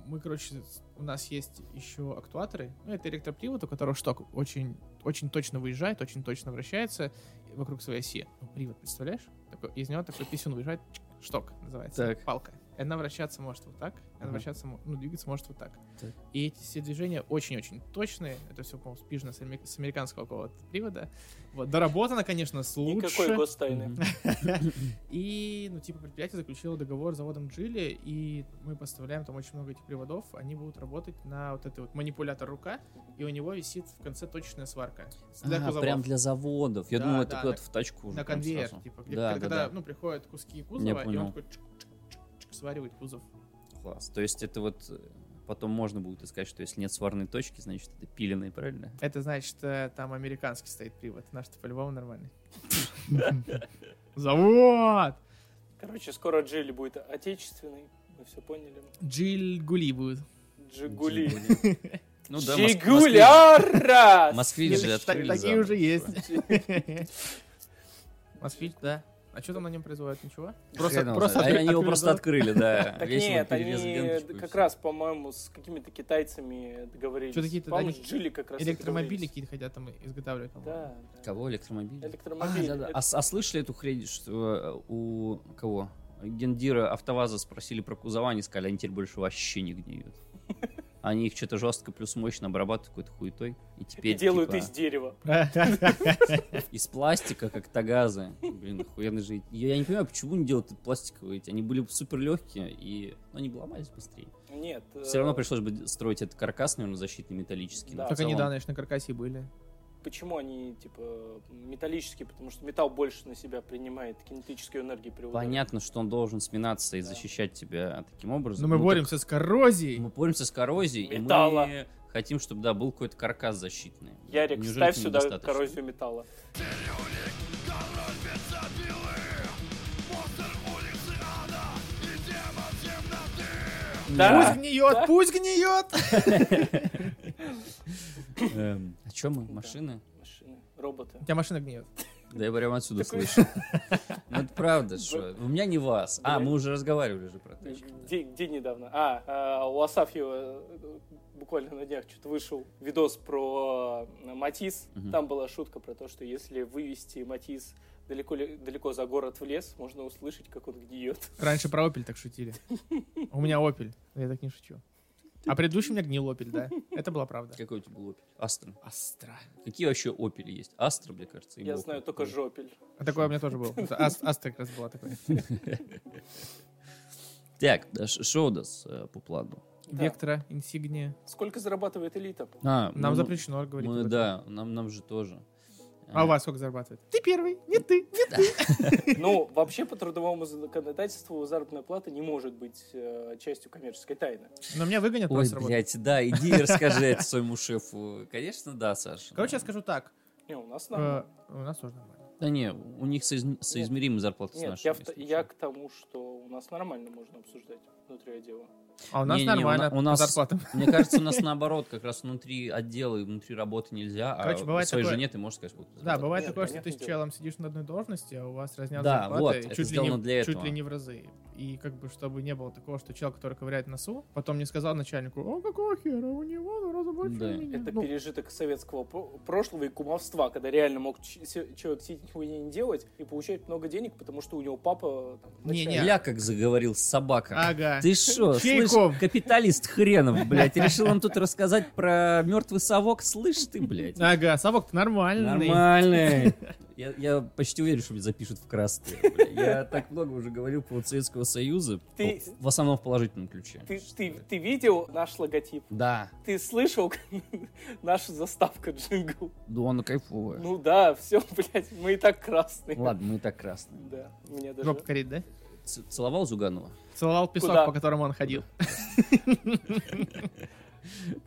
Speaker 4: мы, короче, с- у нас есть еще актуаторы. Ну, это электропривод, у которого шток очень, очень точно выезжает, очень точно вращается вокруг своей оси. Ну, Привод, представляешь? Такой- из него такой писюн выезжает, чик, шток называется,
Speaker 3: Так.
Speaker 4: палка. И она вращаться может вот так, и она
Speaker 3: Ага.
Speaker 4: вращаться, мо- ну, двигаться может вот так.
Speaker 3: Так.
Speaker 4: И эти все движения очень-очень точные. Это все, по-моему, спижно с, аме- с американского какого-то привода. Вот, доработано, конечно, с лучше.
Speaker 5: Никакой гостайны.
Speaker 3: мгм.
Speaker 4: И, ну, типа, предприятие заключило договор с заводом Джили, и мы поставляем там очень много этих приводов. Они будут работать на вот этой вот манипулятор рука, и у него висит в конце точная сварка. С- для
Speaker 3: А,
Speaker 4: кузовов.
Speaker 3: прям для заводов. Я
Speaker 4: Да,
Speaker 3: думал, это
Speaker 4: да,
Speaker 3: куда-то в
Speaker 4: на-
Speaker 3: тачку уже
Speaker 4: На
Speaker 3: прям
Speaker 4: конвейер,
Speaker 3: сразу.
Speaker 4: типа, где-
Speaker 3: Да, да,
Speaker 4: когда,
Speaker 3: да.
Speaker 4: ну, приходят куски кузова, и
Speaker 3: понял.
Speaker 4: он такой чик-чик-чик-чик сваривает кузов.
Speaker 3: Класс. То есть это вот э, потом можно будет искать, что если нет сварной точки, значит это пиленый, правильно?
Speaker 4: Это значит, э, там американский стоит привод, наш-то по-любому нормальный. Завод!
Speaker 5: Короче, скоро Джили будет отечественный. Мы все поняли.
Speaker 4: Джиль Гули будет.
Speaker 5: Джигули.
Speaker 3: Ну да, Мос-
Speaker 5: Жигуляра!
Speaker 3: Москвич- Москвич же
Speaker 4: Так-
Speaker 3: открыли
Speaker 4: Такие
Speaker 3: заново.
Speaker 4: уже есть. Москвич, да. А что там на нем производят? Ничего?
Speaker 3: Хрен его знает.
Speaker 4: откры-
Speaker 3: А они его просто
Speaker 4: завод.
Speaker 3: открыли, да.
Speaker 5: Так
Speaker 3: Весело
Speaker 5: нет,
Speaker 3: перерезали
Speaker 5: они
Speaker 3: ленточку типа, и
Speaker 5: как
Speaker 3: всё.
Speaker 5: раз, по-моему, с какими-то китайцами договорились.
Speaker 4: Чё-то какие-то, да,
Speaker 5: По-моему, с
Speaker 4: они-
Speaker 5: Джили как раз
Speaker 4: Электромобили
Speaker 5: договорились.
Speaker 4: какие-то хотят там изготавливать. по-моему.
Speaker 5: Да, да.
Speaker 3: Кого? Электромобили?
Speaker 5: Электромобили.
Speaker 3: А, да, да.
Speaker 5: Это-
Speaker 3: А с- а слышали эту хрень, что э, у кого? Гендира Автоваза спросили про кузова, они сказали, они теперь больше вообще не гниют. Они их что-то жестко плюс мощно обрабатывают какой-то хуетой. И теперь
Speaker 5: И делают
Speaker 3: типа,
Speaker 5: из дерева.
Speaker 3: из пластика, как тазы. Блин, охуенно же. Я, я не понимаю, почему не делают пластиковые эти? Они были бы супер легкие, и ну, они бы ломались быстрее.
Speaker 5: Нет. э,
Speaker 3: Все равно пришлось бы строить этот каркас, наверное, защитный металлический. но
Speaker 5: Да.
Speaker 3: в
Speaker 4: Только
Speaker 3: целом-
Speaker 4: недавно, конечно, на каркасе были.
Speaker 5: Почему они, типа, металлические? Потому что металл больше на себя принимает кинетическую энергию при ударе.
Speaker 3: Понятно, что он должен сминаться и
Speaker 5: Да.
Speaker 3: защищать тебя таким образом.
Speaker 4: Но мы
Speaker 3: Ну, так-
Speaker 4: боремся с коррозией.
Speaker 3: Мы боремся с коррозией,
Speaker 5: Металла.
Speaker 3: и мы хотим, чтобы, да, был какой-то каркас защитный.
Speaker 5: Ярик,
Speaker 3: Неужели
Speaker 5: ставь
Speaker 3: этого
Speaker 5: сюда
Speaker 3: недостаточно?
Speaker 5: коррозию металла.
Speaker 4: Пусть
Speaker 5: Да,
Speaker 4: гниет, пусть гниет!
Speaker 3: Эм, о чем мы? Машины?
Speaker 5: машины, роботы.
Speaker 4: У тебя машина гниет.
Speaker 3: Да я прямо отсюда
Speaker 5: Такой-
Speaker 3: слышу. Ну это правда, что у меня не вас. А,
Speaker 5: Блядь.
Speaker 3: мы уже разговаривали же про тачки.
Speaker 5: Где, где недавно? А, а, у Асафьева э, буквально на днях что-то вышел видос про Матис.
Speaker 3: Мгм.
Speaker 5: Там была шутка про то, что если вывести Матис далеко, ли- далеко за город в лес, можно услышать, как он гниет.
Speaker 4: Раньше про Опель так шутили. У меня Опель. Я так не шучу. А предыдущий у меня гнил Опель, да. Это была правда.
Speaker 3: Какой у тебя был Opel? Астра.
Speaker 4: Астра.
Speaker 3: Какие вообще Opel есть? Астра, мне кажется. и
Speaker 5: Я
Speaker 3: бог
Speaker 5: знаю
Speaker 3: его
Speaker 5: только
Speaker 3: знает.
Speaker 5: жопель.
Speaker 4: А такое у меня тоже было. Это Ас- Астра как раз была такой.
Speaker 3: Так, да, ш- шо у нас э, по плану?
Speaker 5: Да.
Speaker 4: Вектора, инсигния.
Speaker 5: Сколько зарабатывает элита?
Speaker 3: А,
Speaker 4: Нам
Speaker 3: ну,
Speaker 4: запрещено говорить.
Speaker 3: мы-
Speaker 4: об этом.
Speaker 3: Да, нам нам же тоже.
Speaker 4: А у
Speaker 3: Э,
Speaker 4: вас сколько зарабатывает? Ты первый, не ты.
Speaker 5: Ну, вообще, по трудовому законодательству заработная плата не может быть э, частью коммерческой тайны.
Speaker 4: Но меня выгонят
Speaker 3: Ой,
Speaker 4: просто работать.
Speaker 3: блядь, да, иди и расскажи это своему шефу. Конечно, да, Саша.
Speaker 4: Короче,
Speaker 3: да.
Speaker 4: я скажу так.
Speaker 5: Не, у нас нормально.
Speaker 4: Э, У нас тоже нормально.
Speaker 3: Да не, у них соизм- соизмеримы зарплаты с
Speaker 5: Нет,
Speaker 3: нашими.
Speaker 5: я, в-
Speaker 3: если
Speaker 5: я
Speaker 3: чё.
Speaker 5: к тому, что у нас нормально можно обсуждать внутри отдела.
Speaker 4: А у нас
Speaker 3: Не-не, у
Speaker 4: нормально.
Speaker 3: на- у
Speaker 4: по
Speaker 3: нас-
Speaker 4: зарплатам.
Speaker 3: Мне кажется, у нас наоборот, как раз внутри отдела и внутри работы нельзя,
Speaker 4: Короче,
Speaker 3: а
Speaker 4: бывает
Speaker 3: своей
Speaker 4: такое.
Speaker 3: жене ты можешь сказать, сколько ты
Speaker 4: Да, бывает
Speaker 5: Нет,
Speaker 4: такое, что ты
Speaker 5: понятное
Speaker 4: с
Speaker 5: дело.
Speaker 4: челом сидишь на одной должности, а у вас разнятся
Speaker 3: Да,
Speaker 4: зарплаты
Speaker 3: вот,
Speaker 4: и
Speaker 3: это
Speaker 4: чуть, ли не,
Speaker 3: сделано для
Speaker 4: чуть
Speaker 3: этого.
Speaker 4: ли не в разы. И как бы, чтобы не было такого, что чел, который ковыряет носу, потом не сказал начальнику, о, какого хера, у него в два раза больше
Speaker 3: Да.
Speaker 4: меня».
Speaker 5: Это
Speaker 4: Ну,
Speaker 5: пережиток советского про- прошлого и кумовства, когда реально мог ч- се- человек сидеть нихуя не делать и получать много денег, потому что у него папа... там,
Speaker 4: Не,
Speaker 5: начальник.
Speaker 4: не.
Speaker 3: Ля как заговорил собака.
Speaker 4: Ага.
Speaker 3: Ты шо, слышь,
Speaker 4: Чайком.
Speaker 3: капиталист хренов, блядь, решил нам тут рассказать про мертвый совок, слышь ты, блядь.
Speaker 4: Ага, совок ты нормальный.
Speaker 3: Нормальный. Я, я почти уверен, что меня запишут в красный. бля. Я так много уже говорил по Советского Союза.
Speaker 5: Ты-
Speaker 3: В основном в положительном ключе.
Speaker 5: Ты, ты, ты видел наш логотип?
Speaker 3: Да,
Speaker 5: Ты слышал наша заставка джингл?
Speaker 3: да он кайфовый.
Speaker 5: Ну да, все, блядь, мы и так красные.
Speaker 3: Ладно, мы и так красные.
Speaker 5: Да, мне даже...
Speaker 4: Жопа корит, да?
Speaker 3: Ц- Целовал Зуганова?
Speaker 4: Целовал песок,
Speaker 5: Куда?
Speaker 4: по которому он ходил.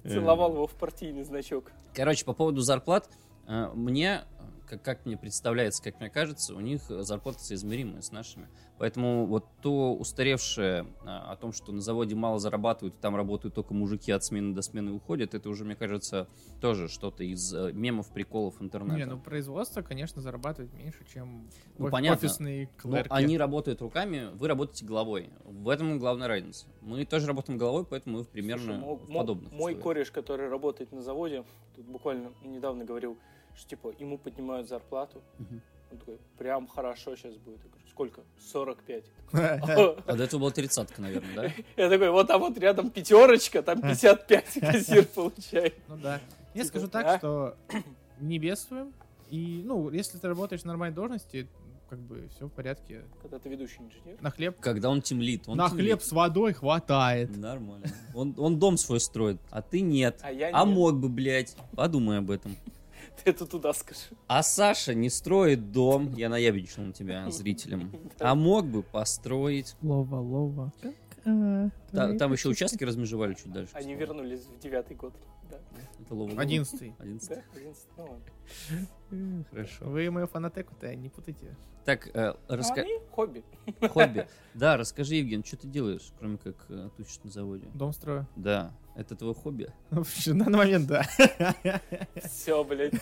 Speaker 3: Э,
Speaker 5: Целовал его в партийный значок.
Speaker 3: Короче, по поводу зарплат, э, мне, э, как, как мне представляется, как мне кажется, у них э, зарплаты соизмеримые с нашими. Поэтому вот то устаревшее а, о том, что на заводе мало зарабатывают, там работают только мужики от смены до смены уходят, это уже, мне кажется, тоже что-то из э, мемов, приколов интернета.
Speaker 4: Не, ну производство, конечно, зарабатывает меньше, чем
Speaker 3: Ну,
Speaker 4: оф-
Speaker 3: понятно.
Speaker 4: офисные
Speaker 3: Но
Speaker 4: клерки.
Speaker 3: Ну, они работают руками, вы работаете головой. В этом главная разница. Мы тоже работаем головой, поэтому мы примерно
Speaker 5: Слушай, мо-
Speaker 3: в
Speaker 5: мо-
Speaker 3: подобных
Speaker 5: Мой
Speaker 3: условиях.
Speaker 5: кореш, который работает на заводе, тут буквально недавно говорил, что типа ему поднимают зарплату.
Speaker 3: Мгм.
Speaker 5: Он такой, прям хорошо сейчас будет. Я говорю, сколько? 45.
Speaker 3: А до этого была тридцатка, наверное, да?
Speaker 5: Я такой, вот там вот рядом пятерочка, там 55 кассир получает.
Speaker 4: Ну да. Я
Speaker 5: Типа,
Speaker 4: скажу так,
Speaker 5: а?
Speaker 4: что не бедствуем. И, ну, если ты работаешь на нормальной должности, как бы все в порядке.
Speaker 5: Когда ты ведущий инженер.
Speaker 4: На хлеб.
Speaker 3: Когда он тимлит, он
Speaker 4: на
Speaker 3: тимлит.
Speaker 4: хлеб с водой хватает.
Speaker 3: Нормально. Он, он дом свой строит, а ты нет.
Speaker 5: А я
Speaker 3: А
Speaker 5: нет.
Speaker 3: мог бы, блядь. Подумай об этом.
Speaker 5: Ты это туда скажи.
Speaker 3: А Саша не строит дом. Я наябедничал на тебя, зрителям. А мог бы построить.
Speaker 4: Лова, лова.
Speaker 3: Та- Там еще участки размежевали чуть дальше.
Speaker 5: Они вернулись в девятый год. Да,
Speaker 3: Это лово-лово.
Speaker 4: Одиннадцатый.
Speaker 3: Одиннадцатый.
Speaker 5: да, 11, ну ладно.
Speaker 3: Хорошо.
Speaker 4: Вы мою фанатеку-то не путайте.
Speaker 3: Так, э,
Speaker 5: А
Speaker 3: раска...
Speaker 5: они хобби.
Speaker 3: хобби. Да, расскажи, Евген, что ты делаешь, кроме как э, тусишь на заводе?
Speaker 4: Дом строю.
Speaker 3: Да, это твое хобби?
Speaker 4: Ну, в общем, На данный момент, да.
Speaker 5: Все, блядь.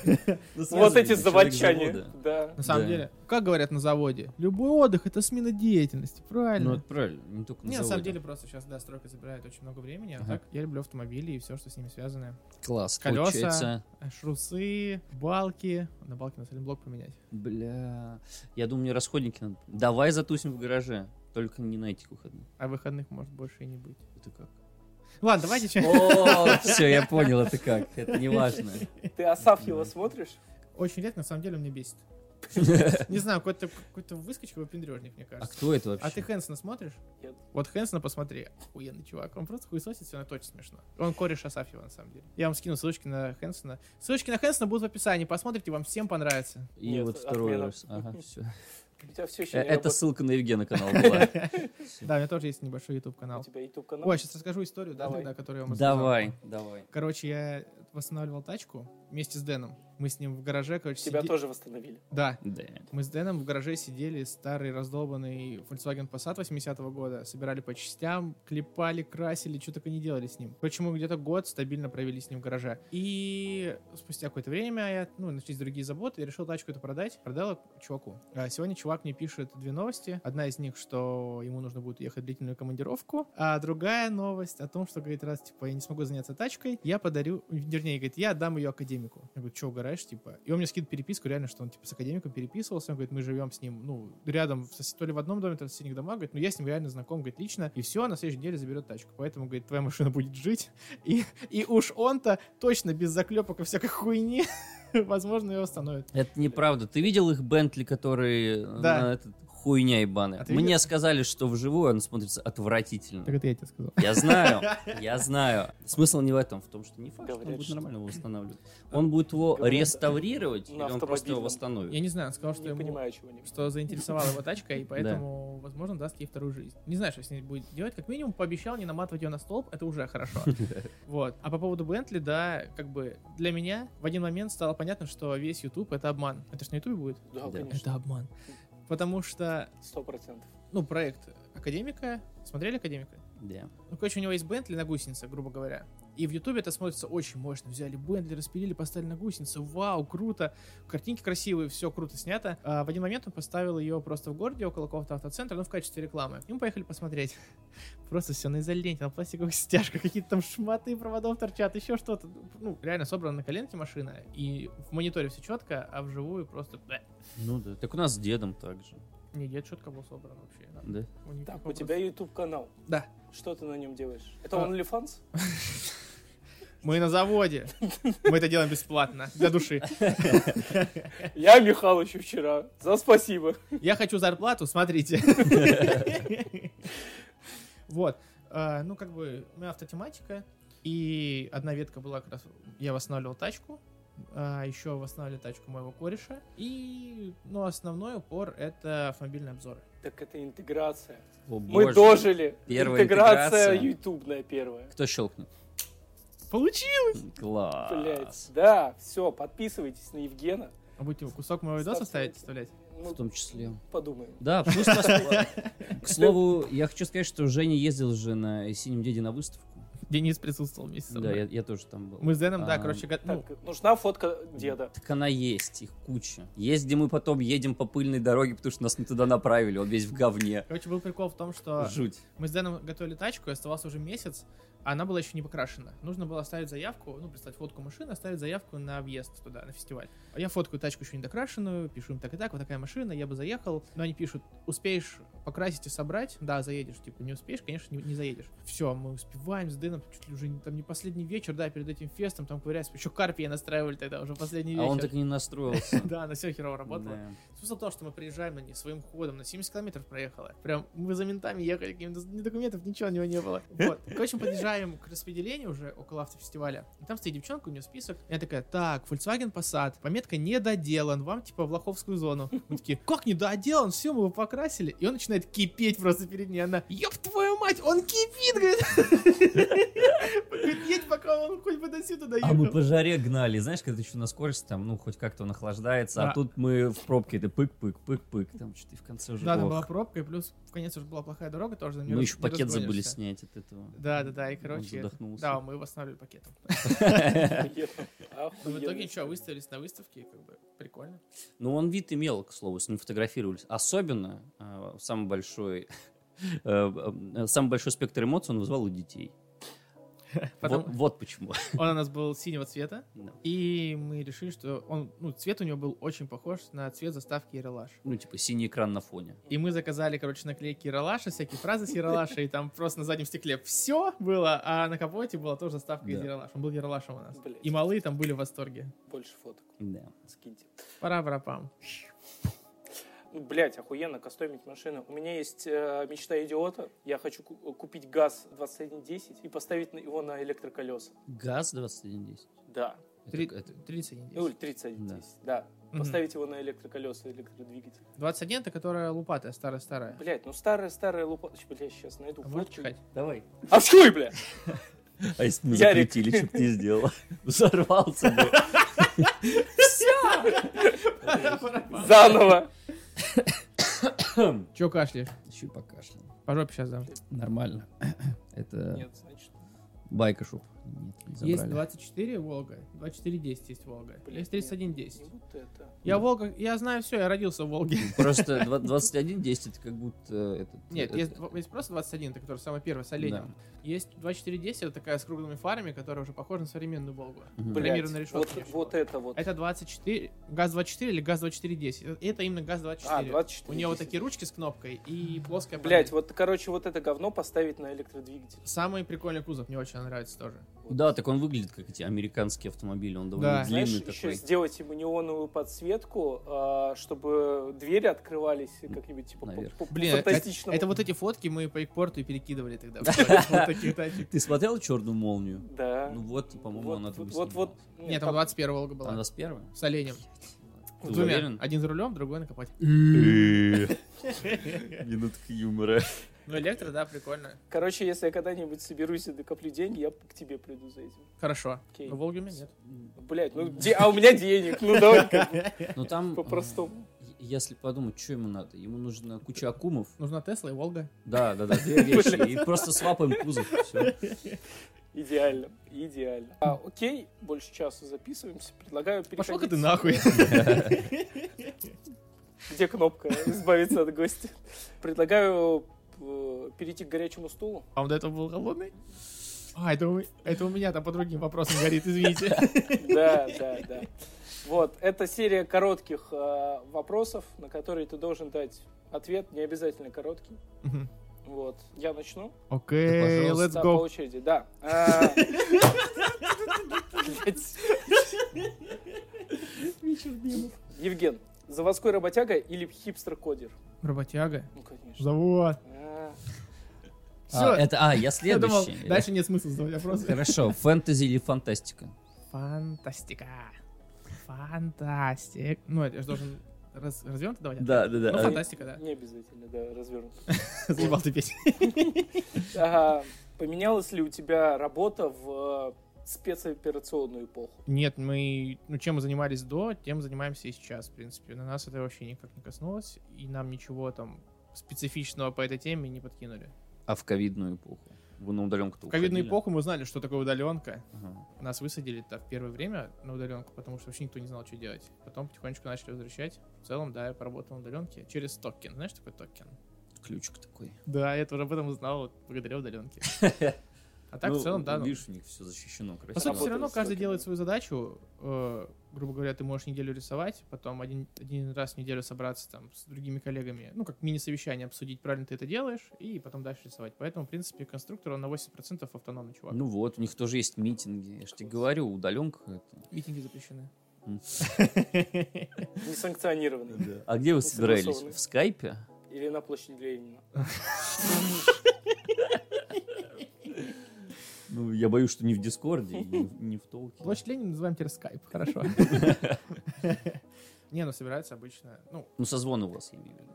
Speaker 5: Вот эти заводчане. Да.
Speaker 4: На самом
Speaker 3: Да.
Speaker 4: деле, как говорят на заводе, любой отдых это смена деятельности,
Speaker 3: Ну,
Speaker 4: правильно?
Speaker 3: это правильно, не только на
Speaker 4: Не, на самом
Speaker 3: заводе.
Speaker 4: деле просто сейчас, да, стройка забирает очень много времени, а
Speaker 3: Ага.
Speaker 4: так я люблю автомобили и все, что с ними связано.
Speaker 3: Класс,
Speaker 4: Колеса.
Speaker 3: получается.
Speaker 4: Шрусы, Э, балки. На балки на блок поменять.
Speaker 3: Бля, я думаю, мне расходники надо. Давай затусим в гараже, только не на этих выходных.
Speaker 4: А выходных может больше и не быть.
Speaker 3: Это как?
Speaker 4: Ладно, давайте еще.
Speaker 3: О, все, я понял, это как. Это не важно.
Speaker 5: Ты Асафьева смотришь?
Speaker 4: Очень редко, на самом деле, он меня бесит. Не знаю, какой-то какой-то выскочка выпендрежник, мне
Speaker 3: А
Speaker 4: кажется.
Speaker 3: кто это вообще?
Speaker 4: А ты Хэнсона смотришь?
Speaker 5: Нет.
Speaker 4: Вот Хэнсона посмотри. Охуенный чувак. Он просто хуесосит, все, это очень смешно. Он кореш Асафьева, на самом деле. Я вам скину ссылочки на Хэнсона. Ссылочки на Хэнсона будут в описании. Посмотрите, вам всем понравится.
Speaker 3: И
Speaker 5: Нет,
Speaker 3: вот второй
Speaker 5: отмена.
Speaker 3: раз. Ага, все.
Speaker 5: У тебя все
Speaker 4: Э,
Speaker 5: еще не
Speaker 3: Это
Speaker 5: работает.
Speaker 3: ссылка на Евгена канал была.
Speaker 4: Да, у меня тоже есть небольшой
Speaker 5: У
Speaker 4: YouTube-канал.
Speaker 5: тебя YouTube канал.
Speaker 4: Ой, сейчас расскажу историю, да,
Speaker 5: Давай.
Speaker 4: тогда, которую я вам рассказал.
Speaker 3: Давай, давай.
Speaker 4: Короче, я восстанавливал тачку вместе с Дэном. Мы с ним в гараже, короче,
Speaker 5: Тебя
Speaker 4: сиде-
Speaker 5: тоже восстановили.
Speaker 4: Да,
Speaker 3: Да.
Speaker 4: Мы с Дэном в гараже сидели, старый раздолбанный Volkswagen Passat 80-го года, собирали по частям, клепали, красили, что только не делали с ним. Короче, мы где-то год стабильно провели с ним в гараже. И спустя какое-то время, я, ну, начались другие заботы, я решил тачку эту продать. Продал её чуваку. А сегодня чувак мне пишет две новости. Одна из них, что ему нужно будет ехать в длительную командировку, а другая новость о том, что, говорит, раз, типа, я не смогу заняться тачкой, я подарю, вернее, говорит, я отдам ее академику. Я говорю, что угораешь, типа? И он мне скидывает переписку, реально, что он, типа, с академиком переписывался, он говорит, мы живем с ним, ну, рядом, в сос- то ли в одном доме, то ли в соседних домах, говорит, ну, я с ним реально знаком, говорит, лично, и все, на следующей неделе заберет тачку, поэтому, говорит, твоя машина будет жить, и, и уж он-то точно без заклепок и всякой хуйни, возможно, ее остановит.
Speaker 3: Это неправда. Ты видел их Бентли, которые э,
Speaker 4: Да.
Speaker 3: на этот хуйня ебаная?
Speaker 4: А ты
Speaker 3: Мне
Speaker 4: видел?
Speaker 3: сказали, что вживую он смотрится отвратительно.
Speaker 4: Так это я тебе сказал.
Speaker 3: Я знаю, я знаю. Смысл не в этом, в том, что не факт, что он
Speaker 5: Говорят,
Speaker 3: будет
Speaker 5: что-
Speaker 3: нормально его восстанавливать. Он будет его
Speaker 5: Говорят,
Speaker 3: реставрировать,
Speaker 5: на
Speaker 3: или он просто его
Speaker 4: Я
Speaker 5: автомобильном.
Speaker 3: восстановит?
Speaker 4: не знаю, он сказал, что
Speaker 5: Не
Speaker 4: ему...
Speaker 5: понимаю, чего они.
Speaker 4: что заинтересовала его тачка, и поэтому, возможно, даст ей вторую жизнь. Не знаю, что с ней будет делать. Как минимум, пообещал не наматывать ее на столб, это уже хорошо. Вот. А по поводу Бентли, да, как бы для меня в один момент стало понятно, что весь YouTube это обман. Это ж на YouTube будет?
Speaker 5: Да,
Speaker 3: Да.
Speaker 5: Ну, конечно.
Speaker 4: Это обман. Потому что,
Speaker 5: Сто процентов.
Speaker 4: ну, проект Академика, смотрели Академика?
Speaker 3: Да.
Speaker 4: Ну, короче, у него есть Бентли на гусенице, грубо говоря. И в Ютубе это смотрится очень мощно. Взяли Бентли, распилили, поставили на гусеницу. Вау, круто. Картинки красивые, все круто снято. А в один момент он поставил ее просто в городе, около какого-то автоцентра, ну, в качестве рекламы. И мы поехали посмотреть. Просто все на изоленте, на пластиковых стяжках, какие-то там шматы проводов торчат, еще что-то. Ну, реально собрана на коленке машина, и в мониторе все четко, а вживую просто... бэ.
Speaker 3: Ну да. Так у нас с дедом также.
Speaker 4: Нигде четко было собрано вообще. да.
Speaker 3: Да.
Speaker 4: У них
Speaker 5: Так, у
Speaker 4: такого
Speaker 5: тебя YouTube канал.
Speaker 4: Да.
Speaker 5: Что ты на нем делаешь? Это
Speaker 4: А.
Speaker 5: OnlyFans?
Speaker 4: Мы на заводе. Мы это делаем бесплатно, для души. Э.
Speaker 5: Я Михалыч вчера. За спасибо.
Speaker 4: Я хочу зарплату, смотрите. Вот. А, Ну, как бы, у меня автотематика. И одна ветка была как раз... Я восстанавливал тачку. а еще восстанавливали тачку моего кореша. И, ну, основной упор — это автомобильные обзоры.
Speaker 5: Так это интеграция.
Speaker 3: О,
Speaker 5: Мы
Speaker 3: боже.
Speaker 5: дожили.
Speaker 3: Первая
Speaker 5: интеграция
Speaker 3: интеграция.
Speaker 5: ютубная первая.
Speaker 3: Кто щелкнет?
Speaker 4: Получил!
Speaker 5: Блять.
Speaker 3: Класс.
Speaker 5: Да, все, подписывайтесь на Евгена.
Speaker 4: А будете кусок моего видоса
Speaker 5: Ставьте.
Speaker 4: ставить, вставлять?
Speaker 5: Мы
Speaker 3: в том числе.
Speaker 5: подумаем.
Speaker 3: Да, пусть нас- К слову, я хочу сказать, что Женя ездил же на «Синем деде» на выставку.
Speaker 4: Денис присутствовал вместе со
Speaker 3: Да,
Speaker 4: мной.
Speaker 3: я, я тоже там был.
Speaker 4: Мы с Дэном, да,
Speaker 3: А,
Speaker 4: короче, го- ну,
Speaker 5: Так, нужна фотка деда.
Speaker 3: Так она есть, их куча. Есть, где мы потом едем по пыльной дороге, потому что нас не туда направили, он весь в говне.
Speaker 4: короче, был прикол в том, что
Speaker 3: Жуть.
Speaker 4: мы с Дэном готовили тачку, и оставался уже месяц, а она была еще не покрашена. Нужно было оставить заявку, ну, прислать фотку машины, оставить заявку на въезд туда, на фестиваль. А я фоткаю тачку еще не докрашенную, пишу им так и так, вот такая машина, я бы заехал. Но они пишут, успеешь покрасить и собрать? Да, заедешь. Типа, не успеешь, конечно, не, не заедешь. Все, мы успеваем с Дэном, чуть ли уже не- там не последний вечер, да, перед этим фестом, там ковыряется. Еще Карпия настраивали тогда, уже последний
Speaker 3: А
Speaker 4: вечер.
Speaker 3: он так и не настроился.
Speaker 4: Да, она все херово работала.
Speaker 3: Да.
Speaker 4: Смысл в том, что мы приезжаем на ней своим ходом, на 70 километров проехала. Прям мы за ментами ехали, какими-то ни документов, ничего у него не было. Вот. Короче, мы подъезжаем к распределению уже около автофестиваля. И там стоит девчонка, у нее список. И она такая, так, Volkswagen Passat, пометка не доделан, вам типа в Лоховскую зону. Мы такие, как не доделан, все, мы его покрасили. И он начинает кипеть просто перед ней. Она, ёб твою мать, он кипит, говорит. Едь, пока он хоть бы до сюда
Speaker 3: А мы
Speaker 4: доехал.
Speaker 3: по жаре гнали, знаешь, когда ты еще на скорости там, ну, хоть как-то он охлаждается,
Speaker 4: Да.
Speaker 3: а тут мы в пробке, это пык-пык, пык-пык, там что-то и в конце уже
Speaker 4: Да, там
Speaker 3: ох.
Speaker 4: была пробка, и плюс в конец уже была плохая дорога тоже. не
Speaker 3: Мы
Speaker 4: раз-
Speaker 3: еще
Speaker 4: не
Speaker 3: пакет
Speaker 4: разгонишься.
Speaker 3: забыли снять от этого.
Speaker 4: Да, да, да, и
Speaker 3: Он
Speaker 4: короче. это-
Speaker 3: задохнулся.
Speaker 4: Да, мы восстанавливали пакетом. Ну, В итоге
Speaker 5: Охуенно.
Speaker 4: ничего, выставились на выставке, и как бы прикольно.
Speaker 3: Ну, он вид имел, к слову, с ним фотографировались. Особенно э, самый большой... э, э, Самый большой спектр эмоций он вызвал у детей.
Speaker 4: Потом
Speaker 3: Вот, вот почему.
Speaker 4: он у нас был синего цвета,
Speaker 3: Да.
Speaker 4: и мы решили, что он, ну, цвет у него был очень похож на цвет заставки Ералаш.
Speaker 3: Ну, типа, синий экран на фоне.
Speaker 4: И мы заказали, короче, наклейки Ералаша, всякие фразы с Ералаша, и там просто на заднем стекле все было, а на капоте была тоже заставка из
Speaker 3: Да.
Speaker 4: Ералаша. Он был Ералашем у нас.
Speaker 5: Блядь.
Speaker 4: И малые там были в восторге.
Speaker 5: Больше фоток.
Speaker 3: Да.
Speaker 5: Скиньте.
Speaker 4: Пора, пора, пам.
Speaker 5: Ну, Блять, охуенно кастомить машины. У меня есть э, мечта идиота. Я хочу ку- купить ГАЗ 2110 и поставить на- его на электроколеса.
Speaker 3: ГАЗ 2110.
Speaker 5: Да.
Speaker 4: Три-
Speaker 3: Это- это-
Speaker 4: 31
Speaker 5: Ну, или
Speaker 4: десять.
Speaker 5: 3110. Да.
Speaker 4: Мгм.
Speaker 5: Поставить его на электроколеса, электродвигатель.
Speaker 4: 21 это которая лупатая, старая-старая.
Speaker 5: Блять, ну старая-старая лупа... Блять, сейчас найду.
Speaker 4: А может
Speaker 5: фотку.
Speaker 4: чихать?
Speaker 3: Давай.
Speaker 5: А хуй, бля!
Speaker 3: А если мы
Speaker 5: Ярик.
Speaker 3: запретили, что бы ты сделал? Взорвался бы.
Speaker 5: Заново!
Speaker 4: Чё кашляешь?
Speaker 3: Еще покашлял.
Speaker 4: По жопе сейчас дам.
Speaker 3: Нормально. Это
Speaker 5: Нет, значит,
Speaker 3: байкашуп. Нет, не
Speaker 4: Есть
Speaker 3: забрали.
Speaker 4: 24 Волга, 2410 есть Волга,
Speaker 5: Блин,
Speaker 4: есть
Speaker 5: не
Speaker 4: 3110.
Speaker 5: вот это.
Speaker 4: Я Волга, я знаю все, я родился в Волге.
Speaker 3: Просто 21 действие, это как будто... этот-
Speaker 4: Нет,
Speaker 3: это-
Speaker 4: есть, дв- есть просто 21, это который самый первый с оленем. Есть 2410, это такая с круглыми фарами, которая уже похожа на современную Волгу.
Speaker 3: Мгм.
Speaker 5: Блять,
Speaker 4: Бронированная решетка
Speaker 5: вот,
Speaker 4: еще
Speaker 5: вот
Speaker 4: была.
Speaker 5: это вот. А,
Speaker 4: Это 24, ГАЗ-24 или ГАЗ-2410? Э, Это именно ГАЗ-24.
Speaker 5: А, 24.
Speaker 4: У нее вот такие ручки с кнопкой и плоская
Speaker 5: Блять,
Speaker 4: панель.
Speaker 5: вот, короче, вот это говно поставить на электродвигатель.
Speaker 4: Самый прикольный кузов, мне очень нравится тоже.
Speaker 3: Да, так он выглядит как эти американские автомобили, он довольно
Speaker 4: Да.
Speaker 5: Знаешь,
Speaker 3: длинный
Speaker 5: еще
Speaker 3: такой.
Speaker 5: сделать ему неоновую подсветку, а, чтобы двери открывались как-нибудь типа
Speaker 3: Наверх.
Speaker 5: по, по-
Speaker 4: Блин, это,
Speaker 5: фантастичному.
Speaker 4: это вот эти фотки мы по Экпорту и перекидывали тогда. Вот таких тачек.
Speaker 3: Ты смотрел «Черную молнию»?
Speaker 5: Да.
Speaker 3: Ну вот, по-моему,
Speaker 5: вот,
Speaker 3: она там и
Speaker 5: вот, вот, вот.
Speaker 3: снималась.
Speaker 4: Нет, там 21 Волга была.
Speaker 3: Она с первой?
Speaker 4: С оленем.
Speaker 3: Ты
Speaker 4: С двумя.
Speaker 3: уверен?
Speaker 4: Один за рулем, другой накопать.
Speaker 3: Э. Минутка юмора.
Speaker 4: Ну, электро, да, прикольно.
Speaker 5: Короче, если я когда-нибудь соберусь и докоплю деньги, я к тебе приду за этим.
Speaker 4: Хорошо.
Speaker 5: Окей.
Speaker 4: Но Волги у меня нет.
Speaker 5: Блять, ну де- а у меня денег, ну давай
Speaker 3: Ну там, э,
Speaker 5: по-простому.
Speaker 3: е- если подумать, что ему надо, ему нужна куча акумов.
Speaker 4: Нужна Тесла и Волга.
Speaker 3: Да, да, да, две вещи. И просто свапаем кузов. Все.
Speaker 5: Идеально, идеально. А, окей, больше часа записываемся. Предлагаю переходить.
Speaker 4: Пошел-ка ты нахуй.
Speaker 5: Где кнопка? Избавиться от гостя. Предлагаю э, перейти к горячему стулу.
Speaker 4: А он до этого был голодный? А, это у, это у меня там по другим вопросам горит, извините.
Speaker 5: Да, да, да. Вот, это серия коротких э, вопросов, на которые ты должен дать ответ, не обязательно короткий.
Speaker 4: Мгм.
Speaker 5: Вот, я начну.
Speaker 4: Окей,
Speaker 3: Да,
Speaker 4: let's
Speaker 5: Да, по
Speaker 4: go.
Speaker 5: очереди, да. А, блядь. Евген, заводской работяга или хипстер-кодер?
Speaker 4: Работяга.
Speaker 5: Ну, конечно.
Speaker 4: Завод.
Speaker 5: А,
Speaker 4: Всё.
Speaker 3: А, это, а, я
Speaker 4: Я думал,
Speaker 3: следующий.
Speaker 4: дальше нет смысла задавать вопросы.
Speaker 3: Хорошо, фэнтези или фантастика?
Speaker 4: Фантастика. Фантастик. Ну, это я же должен раз- развернуто давать?
Speaker 3: да,
Speaker 4: Ну, фантастика, да.
Speaker 5: Не обязательно, да, развернут.
Speaker 4: Заебал ты петь.
Speaker 5: Ага, Поменялась ли у тебя работа в э, спецоперационную эпоху.
Speaker 4: Нет, мы, ну, чем мы занимались до, тем занимаемся и сейчас, в принципе. На нас это вообще никак не коснулось, и нам ничего там специфичного по этой теме не подкинули.
Speaker 3: А в ковидную эпоху? Вы на удаленку
Speaker 4: В ковидную эпоху мы узнали, что такое удаленка. Нас высадили так в первое время на удаленку, потому что вообще никто не знал, что делать. Потом потихонечку начали возвращать. В целом, да, я поработал на удаленке через токен. Знаешь, такой токен?
Speaker 3: Ключик такой.
Speaker 4: Да, я тоже об этом узнал вот благодаря удаленке. А так,
Speaker 3: Ну,
Speaker 4: в целом, да. ну,
Speaker 3: Видишь, у них все защищено
Speaker 4: По сути,
Speaker 3: красиво.
Speaker 5: работает
Speaker 4: все равно
Speaker 5: с
Speaker 4: каждый
Speaker 5: токенами.
Speaker 4: делает свою задачу. Э, грубо говоря, ты можешь неделю рисовать, а потом один, один раз в неделю собраться там с другими коллегами, ну, как мини-совещание обсудить, правильно ты это делаешь, и потом дальше рисовать. Поэтому, в принципе, конструктор, он на 80% автономный чувак.
Speaker 3: Ну вот, у них тоже есть митинги. Я же тебе говорю, удаленка это.
Speaker 4: Митинги запрещены.
Speaker 5: Несанкционированный.
Speaker 3: А где вы
Speaker 5: Не
Speaker 3: собирались?
Speaker 5: согласованные.
Speaker 3: В скайпе?
Speaker 5: Или на площади Ленина.
Speaker 3: Ну, я боюсь, что не в Дискорде, и не в- не в толке.
Speaker 4: Площадь Ленина называем теперь скайп, хорошо. Не, ну собирается обычно, ну,
Speaker 3: Ну, созвон у вас, я имею в виду.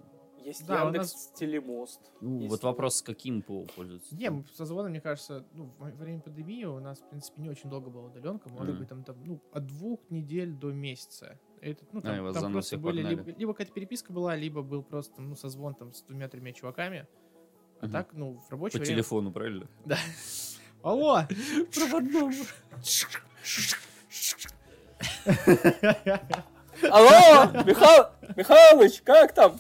Speaker 5: Есть
Speaker 4: Да, у
Speaker 5: Яндекс, Телемост.
Speaker 3: Ну,
Speaker 5: Есть
Speaker 3: вот вопрос, с каким ПО пользуется.
Speaker 4: не, мы со звоном, мне кажется, ну, во во время пандемии у нас, в принципе, не очень долго была удаленка, может
Speaker 3: Мгм.
Speaker 4: быть, там, там, ну, от двух недель до месяца. Это, ну,
Speaker 3: А, и
Speaker 4: там,
Speaker 3: вас
Speaker 4: там
Speaker 3: заново
Speaker 4: просто
Speaker 3: всех
Speaker 4: были
Speaker 3: погнали.
Speaker 4: либо, либо какая-то переписка была, либо был просто, ну, созвон там с двумя-тремя чуваками. А
Speaker 3: Мгм.
Speaker 4: так, ну, в
Speaker 3: По
Speaker 4: рабочее время...
Speaker 3: телефону, правильно?
Speaker 4: Алло!
Speaker 5: Алло, Михал... Михалыч, как там?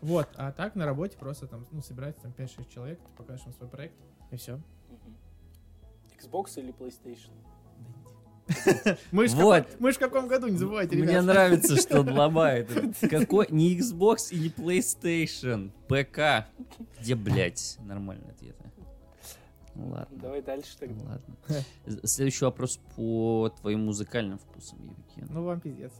Speaker 4: Вот, а так на работе просто там, ну, собирается там 5-6 человек, ты покажешь им свой проект, и все.
Speaker 5: Xbox или PlayStation?
Speaker 4: Мы ж,
Speaker 3: Вот.
Speaker 4: каком- мы ж в каком году, не забывайте,
Speaker 3: Мне
Speaker 4: ребят.
Speaker 3: нравится, что он ломает. Какой? Не Xbox и не PlayStation. ПК. Где, блядь? Нормальные ответы. Ну, Ладно.
Speaker 5: Давай дальше
Speaker 3: ну,
Speaker 5: тогда.
Speaker 3: Ладно. З- Следующий вопрос по твоим музыкальным вкусам, Евгений.
Speaker 4: Ну, вам пиздец.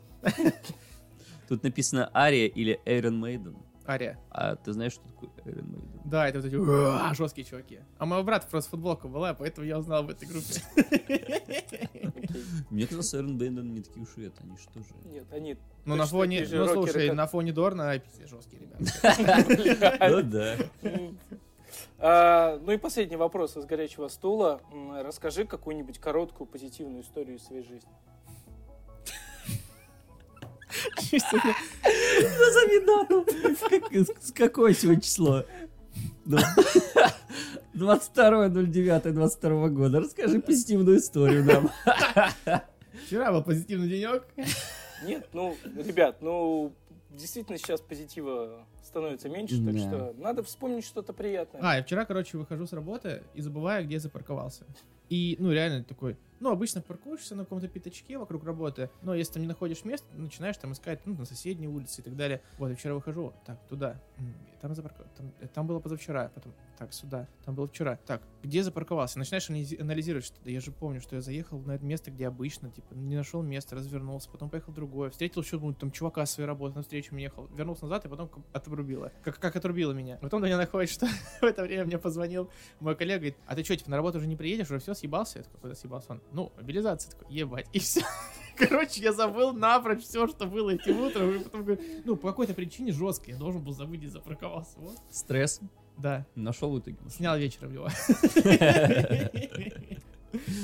Speaker 3: Тут написано Ария или Iron Maiden.
Speaker 4: Ария.
Speaker 3: А ты знаешь, что такое Iron Maiden?
Speaker 4: Да, это вот эти «Уа», жесткие чуваки. А моего брата просто футболка была, поэтому я узнал об этой группе.
Speaker 5: Окей.
Speaker 3: Мне казалось, Iron Maiden не такие уж и это. Они что же?
Speaker 5: Нет, они...
Speaker 4: Ну, на
Speaker 5: Точно
Speaker 4: фоне,
Speaker 5: такие же
Speaker 4: ну,
Speaker 5: рокеры,
Speaker 4: слушай,
Speaker 5: как-
Speaker 4: на фоне Дорна а, пиздец жесткие ребята.
Speaker 3: Ну да.
Speaker 5: А, Ну и последний вопрос из горячего стула. М, Расскажи какую-нибудь короткую позитивную историю из своей жизни.
Speaker 3: Назови дату. Как- с- Какое сегодня число? Ну, 22.09.22 года. Расскажи позитивную историю нам.
Speaker 4: Вчера был позитивный денек.
Speaker 5: Нет, ну, ребят, ну, действительно сейчас позитива становится меньше, так
Speaker 3: Да.
Speaker 5: что надо вспомнить что-то приятное.
Speaker 4: А, я вчера, короче, выхожу с работы и забываю, где я запарковался. И, ну, реально такой, ну, обычно паркуешься на каком-то пятачке вокруг работы, но если там не находишь мест, начинаешь там искать, ну, на соседней улице и так далее. Вот, я вчера выхожу, так, туда, М, там запарковался, там, э, там было позавчера, потом, так, сюда, там было вчера, так, где запарковался? Начинаешь анализи- анализировать, что да я же помню, что я заехал на это место, где обычно, типа, не нашел места, развернулся, потом поехал в другое, встретил еще, ну, там, чувака с своей работы, навстречу мне ехал, вернулся назад и потом к- отрубило. Как, как отрубило меня. Потом до меня находит, что в это время мне позвонил мой коллега, говорит, а ты что, типа, на работу уже не приедешь, уже все, съебался? Я такой, куда съебался он? Ну, мобилизация, такой, ебать, и все. Короче, я забыл напрочь все, что было этим утром, и потом говорю, ну, по какой-то причине жестко, я должен был забыть, где запарковался, вот.
Speaker 3: Стресс.
Speaker 4: Да,
Speaker 3: Нашел в итоге.
Speaker 4: снял вечером его.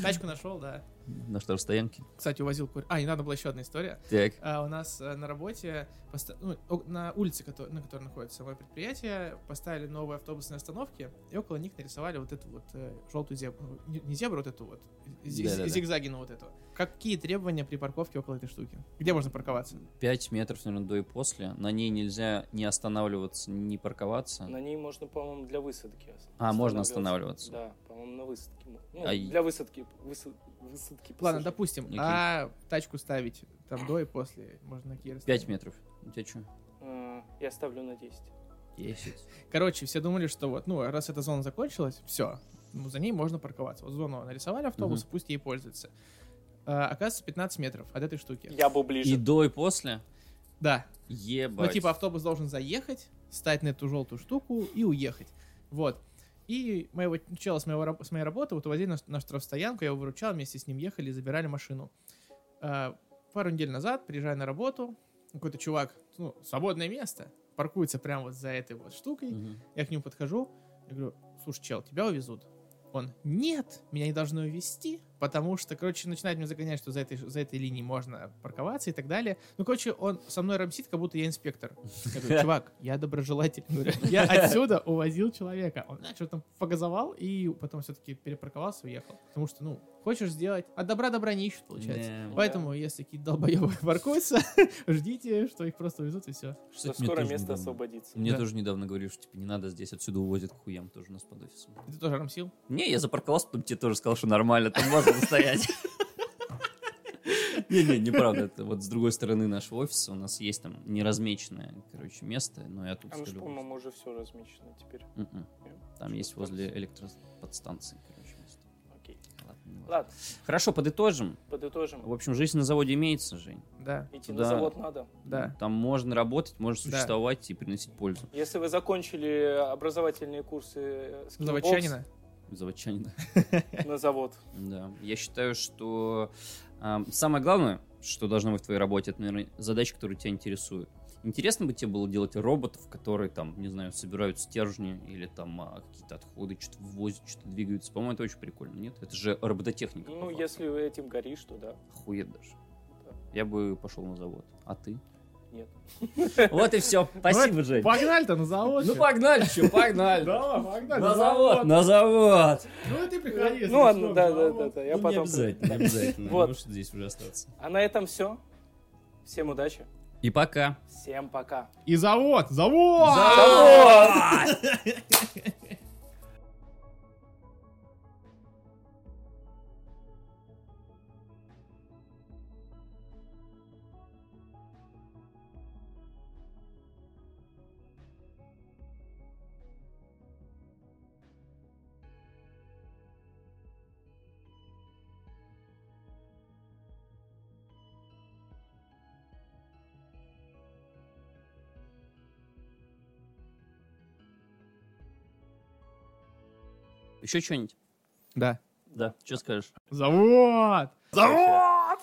Speaker 4: Тачку нашел, да.
Speaker 3: На штрафстоянке.
Speaker 4: Кстати, увозил кур... А, не надо была еще одна история.
Speaker 3: Так.
Speaker 4: А, у нас э, на работе, поста- ну, о- на улице, кото- на которой находится мое предприятие, поставили новые автобусные остановки, и около них нарисовали вот эту вот э, желтую зебру. ну, Не, не зебру, вот эту вот, зи-
Speaker 3: Да-да-да.
Speaker 4: зигзагину вот эту. Какие требования при парковке около этой штуки? Где можно парковаться?
Speaker 3: 5 метров, наверное, до и после. На ней нельзя не останавливаться, не парковаться.
Speaker 5: На ней можно, по-моему, для высадки. ос-
Speaker 3: А, можно
Speaker 5: останавливаться.
Speaker 3: останавливаться.
Speaker 5: Да, по-моему, на высадке. мо- Ну,
Speaker 3: А и-
Speaker 5: для высадки. высо- высадки
Speaker 4: Ладно,
Speaker 5: пассажиров.
Speaker 4: допустим,
Speaker 3: Окей.
Speaker 4: а тачку ставить там до и после, можно на какие
Speaker 3: 5
Speaker 4: расстояния?
Speaker 3: метров. У тебя что?
Speaker 5: Э, Я ставлю на 10.
Speaker 3: 10.
Speaker 4: Короче, все думали, что вот, ну, раз эта зона закончилась, все, ну, за ней можно парковаться. Вот зону нарисовали автобус,
Speaker 3: Мгм.
Speaker 4: пусть ей пользуется. А, оказывается, 15 метров от этой штуки.
Speaker 5: Я был
Speaker 3: И
Speaker 5: ближе.
Speaker 3: до и после?
Speaker 4: Да.
Speaker 3: Ебать.
Speaker 4: Ну, типа, автобус должен заехать, встать на эту желтую штуку и уехать. Вот. И моего чела с, моего, раб- с моей работы вот увозили на, ш- на штрафстоянку, я его выручал, вместе с ним ехали и забирали машину. А, пару недель назад, приезжая на работу, какой-то чувак, ну, свободное место, паркуется прямо вот за этой вот штукой,
Speaker 3: Мгм.
Speaker 4: я к нему подхожу, я говорю, слушай, чел, тебя увезут. Он, нет, меня не должно вести, потому что, короче, начинает меня загонять, что за этой, за этой линией можно парковаться и так далее. Ну, короче, он со мной рамсит, как будто я инспектор. Я говорю, чувак, я доброжелатель. Говорю, Я отсюда увозил человека. Он начал там погазовал и потом все-таки перепарковался и уехал. Потому что, ну, хочешь сделать, от добра добра не ищут, получается.
Speaker 3: ну Да.
Speaker 4: Поэтому, если какие-то долбоебы паркуются, ждите, что их просто увезут и все.
Speaker 3: Кстати, мне
Speaker 5: скоро
Speaker 3: тоже
Speaker 5: место
Speaker 3: недавно-
Speaker 5: освободится.
Speaker 3: Мне
Speaker 4: Да.
Speaker 3: тоже недавно говорили, что типа не надо здесь, отсюда увозят к хуям тоже у нас под офисом.
Speaker 4: Ты тоже рамсил?
Speaker 3: Не, я запарковался, потом тебе тоже сказал, что нормально, там можно стоять. Не-не, неправда. Это вот с другой стороны нашего офиса у нас есть там неразмеченное, короче, место, но я тут
Speaker 5: Там же,
Speaker 3: скажу,
Speaker 5: А по-моему, уже все размечено теперь.
Speaker 3: «Мгм». Там есть возле электроподстанции, короче, место.
Speaker 5: Окей.
Speaker 3: Ладно, не важно.
Speaker 5: Ладно,
Speaker 3: Хорошо, подытожим.
Speaker 5: подытожим.
Speaker 3: В общем, жизнь на заводе имеется, Жень.
Speaker 4: Да,
Speaker 5: Идти
Speaker 3: Да.
Speaker 5: на завод надо.
Speaker 4: да.
Speaker 3: Там можно работать, можно
Speaker 4: Да.
Speaker 3: существовать и приносить пользу.
Speaker 5: Если вы закончили образовательные курсы скиллбокс
Speaker 4: Заводчанина?
Speaker 3: Заводчанин.
Speaker 5: на завод,
Speaker 3: Да, я считаю, что ам, самое главное, что должно быть в твоей работе, это, наверное, задачи, которые тебя интересуют. Интересно бы тебе было делать роботов, которые там, не знаю, собирают стержни или там а, какие-то отходы, что-то вывозят, что-то двигаются. По-моему, это очень прикольно, нет? Это же робототехника.
Speaker 5: ну, если вы этим горишь, то да.
Speaker 3: Хует даже.
Speaker 5: Да.
Speaker 3: Я бы пошел на завод. А ты?
Speaker 5: Нет.
Speaker 3: Вот и все. Спасибо, Жень.
Speaker 4: Погнали-то на завод.
Speaker 3: Ну
Speaker 4: чё.
Speaker 3: погнали, чё, погнали.
Speaker 4: Да, погнали.
Speaker 3: На завод, на завод.
Speaker 4: Ну и ты приходи.
Speaker 5: ну ладно, да, да, да, да, я
Speaker 3: Ну, Не
Speaker 5: потом.
Speaker 3: обязательно, не обязательно.
Speaker 5: Вот.
Speaker 3: Можешь здесь уже остаться.
Speaker 5: А на этом все. Всем удачи.
Speaker 3: И пока.
Speaker 5: Всем пока.
Speaker 4: И завод, завод!
Speaker 3: Еще что-нибудь?
Speaker 4: Да.
Speaker 3: Да, что скажешь?
Speaker 4: Завод! Завод!